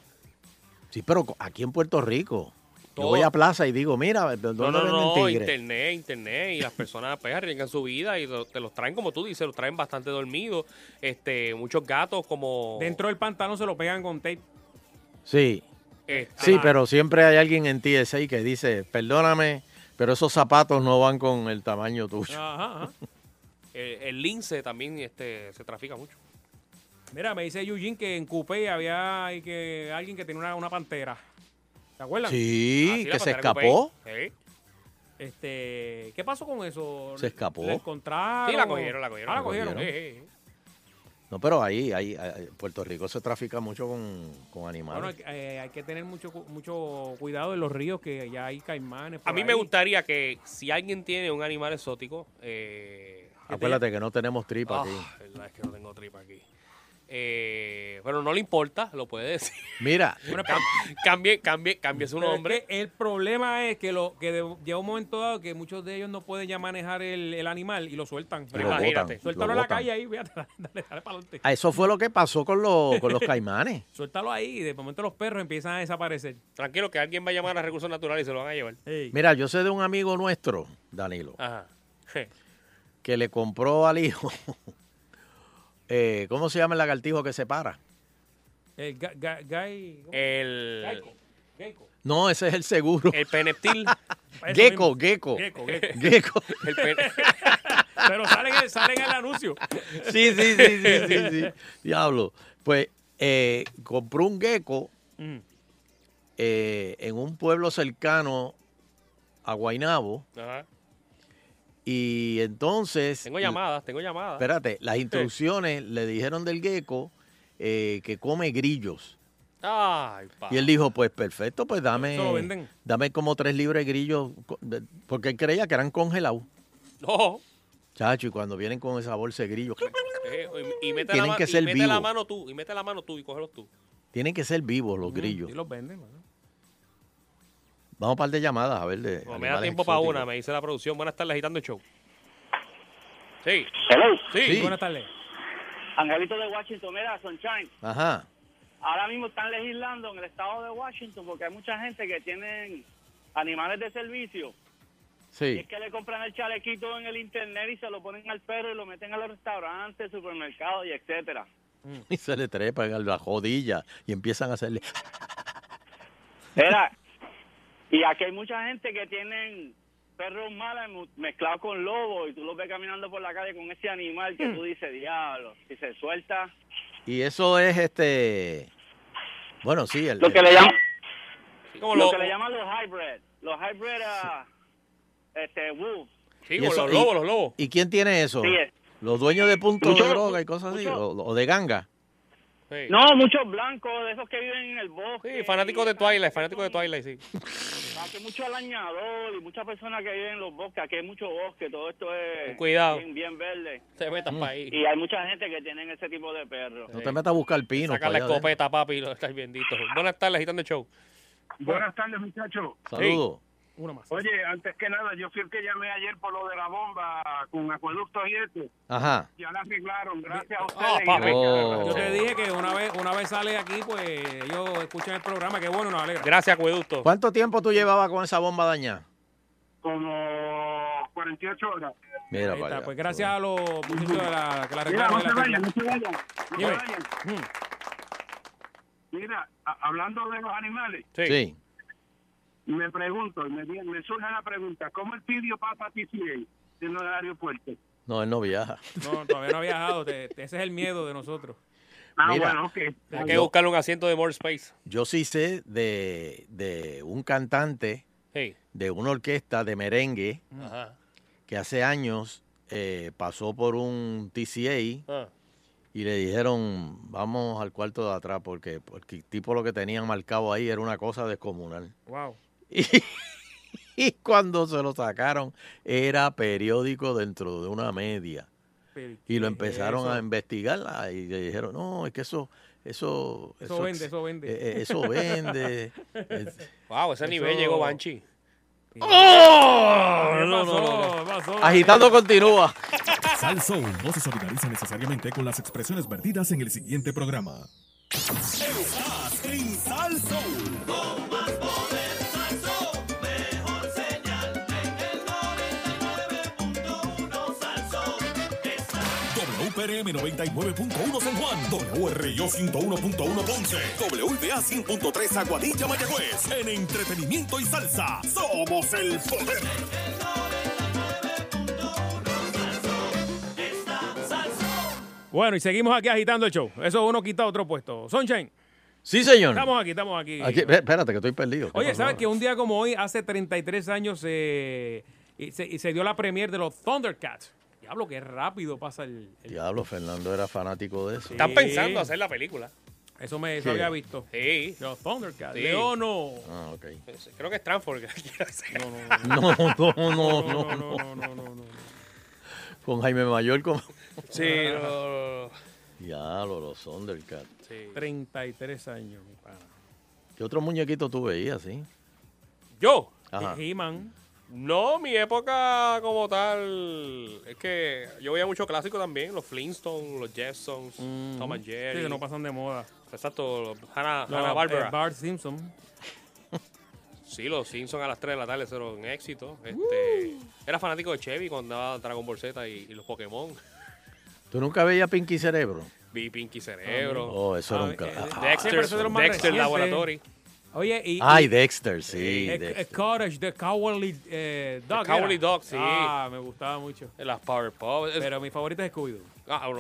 Speaker 11: Sí, pero co- aquí en Puerto Rico.
Speaker 3: Todo.
Speaker 11: Yo voy a plaza y digo, mira, ¿dónde
Speaker 3: No, no,
Speaker 11: venden
Speaker 3: no,
Speaker 11: tigres?
Speaker 3: internet, internet. Y las personas pues arriesgan su vida y lo- te los traen, como tú dices, los traen bastante dormidos. Este, muchos gatos como...
Speaker 2: Dentro del pantalón se lo pegan con tape.
Speaker 11: Sí.
Speaker 3: eh, ah,
Speaker 11: Sí, pero siempre hay alguien en TSA que dice, perdóname, pero esos zapatos no van con el tamaño tuyo.
Speaker 3: Ajá, ajá. El, el lince también este, se trafica mucho.
Speaker 2: Mira, me dice Eugene que en Coupé había y que alguien que tenía una, una pantera. ¿Te acuerdas?
Speaker 11: Sí,
Speaker 2: Ah, la
Speaker 11: que se
Speaker 2: pantera Coupé.
Speaker 11: escapó.
Speaker 2: Este, ¿Qué pasó con eso?
Speaker 11: Se escapó.
Speaker 2: ¿La encontraron?
Speaker 3: Sí, la cogieron, la cogieron.
Speaker 2: Ah, la
Speaker 11: La
Speaker 2: cogieron.
Speaker 11: cogieron.
Speaker 2: eh, eh, eh.
Speaker 11: No, pero ahí, ahí, ahí, Puerto Rico se trafica mucho con, con
Speaker 2: Bueno,
Speaker 11: animales.
Speaker 2: eh, hay que tener mucho, cu- mucho cuidado en los ríos que ya hay caimanes. por
Speaker 3: A mí
Speaker 2: ahí.
Speaker 3: me gustaría que si alguien tiene un animal exótico, eh,
Speaker 11: Acuérdate que no tenemos tripa
Speaker 3: Ah,
Speaker 11: aquí.
Speaker 3: verdad, es que no tengo tripa aquí. Eh, pero no le importa, lo puede decir.
Speaker 11: Mira.
Speaker 3: Cam- cambie, cambie, cambie su
Speaker 2: Pero es
Speaker 3: nombre.
Speaker 2: que el problema es que lo que de- llega un momento dado que muchos de ellos no pueden ya manejar el, el animal y lo sueltan.
Speaker 11: Pero Lo imagínate. botan,
Speaker 2: Suéltalo
Speaker 11: lo
Speaker 2: a la
Speaker 11: botan.
Speaker 2: calle ahí, fíjate, dale, dale para adelante.
Speaker 11: Ah, Eso fue lo que pasó con, los- con los caimanes.
Speaker 2: Suéltalo ahí y de momento los perros empiezan a desaparecer.
Speaker 3: Tranquilo, que alguien va a llamar a recursos naturales y se lo van a llevar.
Speaker 11: Mira, yo sé de un amigo nuestro, Danilo,
Speaker 3: Ajá.
Speaker 11: que le compró al hijo. eh, ¿Cómo se llama el lagartijo que se para?
Speaker 2: El ga- ga- gay. ¿cómo?
Speaker 3: El-
Speaker 2: Gaico, geico.
Speaker 11: No, ese es el seguro.
Speaker 3: El peneptil.
Speaker 11: gecko,
Speaker 2: Eh, mismo.
Speaker 11: gecko.
Speaker 2: Gecko, gecko.
Speaker 11: Gecko.
Speaker 3: El pen-
Speaker 2: Pero salen, en- salen en el anuncio.
Speaker 11: sí, sí, sí, sí, sí, sí. Diablo. Pues eh, compró un gecko
Speaker 2: Mm.
Speaker 11: eh, en un pueblo cercano a Guainabo
Speaker 3: Ajá.
Speaker 11: y entonces...
Speaker 3: Tengo llamadas, tengo llamadas.
Speaker 11: Espérate, las
Speaker 3: Sí.
Speaker 11: instrucciones le dijeron del gecko eh, que come grillos.
Speaker 3: Ay, pa.
Speaker 11: Y él dijo, pues perfecto, pues dame,
Speaker 3: Ah. Eso lo venden.
Speaker 11: dame como tres libras de grillos, co- de- porque él creía que eran congelados.
Speaker 3: No.
Speaker 11: Chacho, y cuando vienen con esa bolsa de grillos,
Speaker 3: Eh, y, y mete,
Speaker 11: Tienen
Speaker 3: la, ma-
Speaker 11: que
Speaker 3: y
Speaker 11: ser
Speaker 3: mete la
Speaker 11: vivos.
Speaker 3: mano tú, y mete la mano tú y cógelos tú.
Speaker 11: tienen que ser vivos los grillos.
Speaker 2: Y los venden, mano.
Speaker 11: Vamos a un par de llamadas, a ver. De
Speaker 3: No me da
Speaker 11: animales
Speaker 3: tiempo para
Speaker 11: exóticos.
Speaker 3: una, me dice la producción. Buenas tardes, agitando el show. Sí.
Speaker 11: Hello.
Speaker 3: Sí.
Speaker 11: Sí. Buenas
Speaker 2: tardes.
Speaker 6: Angelito de Washington, mira, Sunshine.
Speaker 11: Ajá.
Speaker 6: Ahora mismo están legislando en el estado de Washington porque hay mucha gente que tienen animales de servicio. Y
Speaker 11: Sí.
Speaker 6: es que le compran el chalequito en el internet y se lo ponen al perro y lo meten a los restaurantes, supermercados y etcétera.
Speaker 11: Y se le trepan a la jodilla y empiezan a hacerle.
Speaker 6: Mira, y aquí hay mucha gente que tienen perros malas mu- mezclados con lobos y tú los ves caminando por la calle con ese animal que tú dices, diablo, si se suelta.
Speaker 11: Y eso es este. Bueno, sí. El,
Speaker 6: Lo que le llaman-
Speaker 3: Como
Speaker 6: lo
Speaker 3: lo-
Speaker 6: que le llaman los hybrid, los hybrid a este wolf.
Speaker 11: y eso- y- ¿Y quién tiene eso?
Speaker 6: Sí, es.
Speaker 11: Los dueños de punto
Speaker 6: Mucho-
Speaker 11: de droga y cosas así.
Speaker 6: mucho-
Speaker 11: O, o de ganga.
Speaker 6: No, muchos blancos de esos que viven en el bosque.
Speaker 3: Sí, fanático de Twilight, fanático de Twilight, sí.
Speaker 6: Aquí hay mucho alañador y muchas personas que viven en los bosques. Aquí hay mucho bosque, todo esto es
Speaker 3: Cuidado.
Speaker 6: bien, bien verde.
Speaker 3: Te metas
Speaker 11: Mm.
Speaker 3: pa' ahí.
Speaker 6: Y hay mucha gente que tienen ese tipo de perros.
Speaker 11: No te metas a buscar pino.
Speaker 3: Saca
Speaker 11: para
Speaker 3: la
Speaker 11: allá adentro.
Speaker 3: escopeta, papi, lo estás bendito. Buenas tardes, agitando el show.
Speaker 9: Buenas tardes, muchachos.
Speaker 11: Saludos.
Speaker 9: Oye, antes que nada, yo fui el que llamé ayer por lo de la bomba con acueductos y eso.
Speaker 11: Ajá.
Speaker 9: Ya la arreglaron, gracias a
Speaker 2: Ah,
Speaker 9: ustedes.
Speaker 2: papi.
Speaker 11: Oh.
Speaker 2: Yo te dije que una vez, una vez sale aquí, pues ellos escuchan el programa, que bueno, nos alegra.
Speaker 3: Gracias, acueducto.
Speaker 11: ¿Cuánto tiempo tú llevabas con esa bomba dañada?
Speaker 9: Como 48 horas.
Speaker 11: Mira,
Speaker 2: Ahí
Speaker 11: para
Speaker 2: está,
Speaker 11: allá.
Speaker 2: pues gracias a los muchachos de la, que la
Speaker 9: Mira, no
Speaker 2: reclamaron.
Speaker 9: se vayan, no se vayan. no se
Speaker 2: Dime.
Speaker 9: vayan. Mira, a- hablando de los animales,
Speaker 11: Sí.
Speaker 9: me pregunto, me, me surge la pregunta, ¿cómo el pidió pasa a TCA en el aeropuerto?
Speaker 11: No, él no viaja.
Speaker 2: No, todavía no ha viajado. te- te- ese es el miedo de nosotros.
Speaker 9: Ah,
Speaker 11: Mira.
Speaker 9: bueno, ok.
Speaker 3: Hay que buscarle un asiento de More Space.
Speaker 11: Yo sí sé de, de un cantante
Speaker 3: Sí.
Speaker 11: de una orquesta de merengue
Speaker 3: Ajá.
Speaker 11: que hace años eh, pasó por un TCA
Speaker 3: Ah.
Speaker 11: y le dijeron, vamos al cuarto de atrás porque, porque el tipo lo que tenían marcado ahí era una cosa descomunal.
Speaker 2: Wow.
Speaker 11: Y, y cuando se lo sacaron era periódico dentro de una media. Y
Speaker 2: Eh,
Speaker 11: lo empezaron a investigar ah, y le dijeron, no, es que eso... Eso,
Speaker 2: Eso vende,
Speaker 11: ex-
Speaker 2: eso vende.
Speaker 11: eh, eh, eso vende.
Speaker 3: Wow, ese nivel
Speaker 11: Eso-
Speaker 3: llegó Banshee.
Speaker 2: Ah,
Speaker 11: ¡Oh!
Speaker 3: ¿Qué
Speaker 11: No, no,
Speaker 3: pasó?
Speaker 11: no,
Speaker 3: ¿Qué
Speaker 11: no.
Speaker 3: pasó?
Speaker 11: Agitando continúa.
Speaker 1: Salsoul no se solidariza necesariamente con las expresiones vertidas en el siguiente programa.
Speaker 10: Estás en Salso. Con más poder, Salso. Mejor señal en el 99.1 Salso.
Speaker 1: WPRP FM99.1 San Juan, WRIO 101.1 Ponce, WBA 100.3 Aguadilla Mayagüez. En entretenimiento y salsa, somos el poder.
Speaker 2: Bueno, y seguimos aquí agitando el show. Eso uno quita otro puesto. Sunshine.
Speaker 4: Sí, señor.
Speaker 2: Estamos aquí, estamos aquí.
Speaker 4: Aquí- ve- espérate, que estoy perdido. ¿Qué
Speaker 2: Oye,
Speaker 4: pasó?
Speaker 2: ¿sabes que un día como hoy, hace 33 años, eh, y se, y se dio la premier de los Thundercats? Diablo, qué rápido pasa el...
Speaker 4: Diablo, Fernando era fanático de eso.
Speaker 3: Están pensando hacer la película.
Speaker 2: Eso me
Speaker 4: Sí.
Speaker 2: eso había visto.
Speaker 3: Sí.
Speaker 2: Los Thundercats.
Speaker 3: Sí.
Speaker 2: Leono.
Speaker 4: Ah, ok.
Speaker 3: Creo que es Transformers. No,
Speaker 4: No, no, no, no,
Speaker 2: no, no, no, no.
Speaker 4: Con Jaime Mayor, como.
Speaker 3: Sí, no, no, no.
Speaker 4: Diablo, los Thundercats.
Speaker 3: Sí.
Speaker 2: 33 años, mi pana.
Speaker 4: ¿Qué otro muñequito tú veías, sí?
Speaker 3: Yo.
Speaker 4: Ajá.
Speaker 2: He-Man.
Speaker 3: No, mi época como tal. Es que yo veía mucho clásico también. Los Flintstones, los Jetsons, Tom and Jerry.
Speaker 2: Sí, que no pasan de moda.
Speaker 3: Exacto, Hannah,
Speaker 2: Los,
Speaker 3: Hanna Barbera.
Speaker 2: eh, Bart Simpson.
Speaker 3: sí, los Simpsons a las 3 de la tarde, eso era un éxito.
Speaker 2: Uh.
Speaker 3: Este, Era fanático de Chevy cuando daba Dragon Ball Z y, y los Pokémon.
Speaker 4: ¿Tú nunca veías Pinky Cerebro?
Speaker 3: Vi Pinky Cerebro.
Speaker 4: Oh, eso
Speaker 2: ah,
Speaker 4: era un
Speaker 3: eh,
Speaker 4: cla-
Speaker 2: Sí, pero
Speaker 3: Dexter,
Speaker 2: eso es de los más
Speaker 3: Dexter
Speaker 2: recientes.
Speaker 3: Laboratory.
Speaker 2: Oye, y.
Speaker 4: Ay,
Speaker 2: y-
Speaker 4: Dexter, sí.
Speaker 2: eh,
Speaker 4: Dexter.
Speaker 2: eh, Courage, The Cowardly eh, Dog.
Speaker 3: Cowardly
Speaker 2: era.
Speaker 3: Dog, sí.
Speaker 2: Ah, me gustaba mucho.
Speaker 3: Las Powerpuff.
Speaker 2: Pero mi favorita es Scooby-Doo.
Speaker 3: Ah,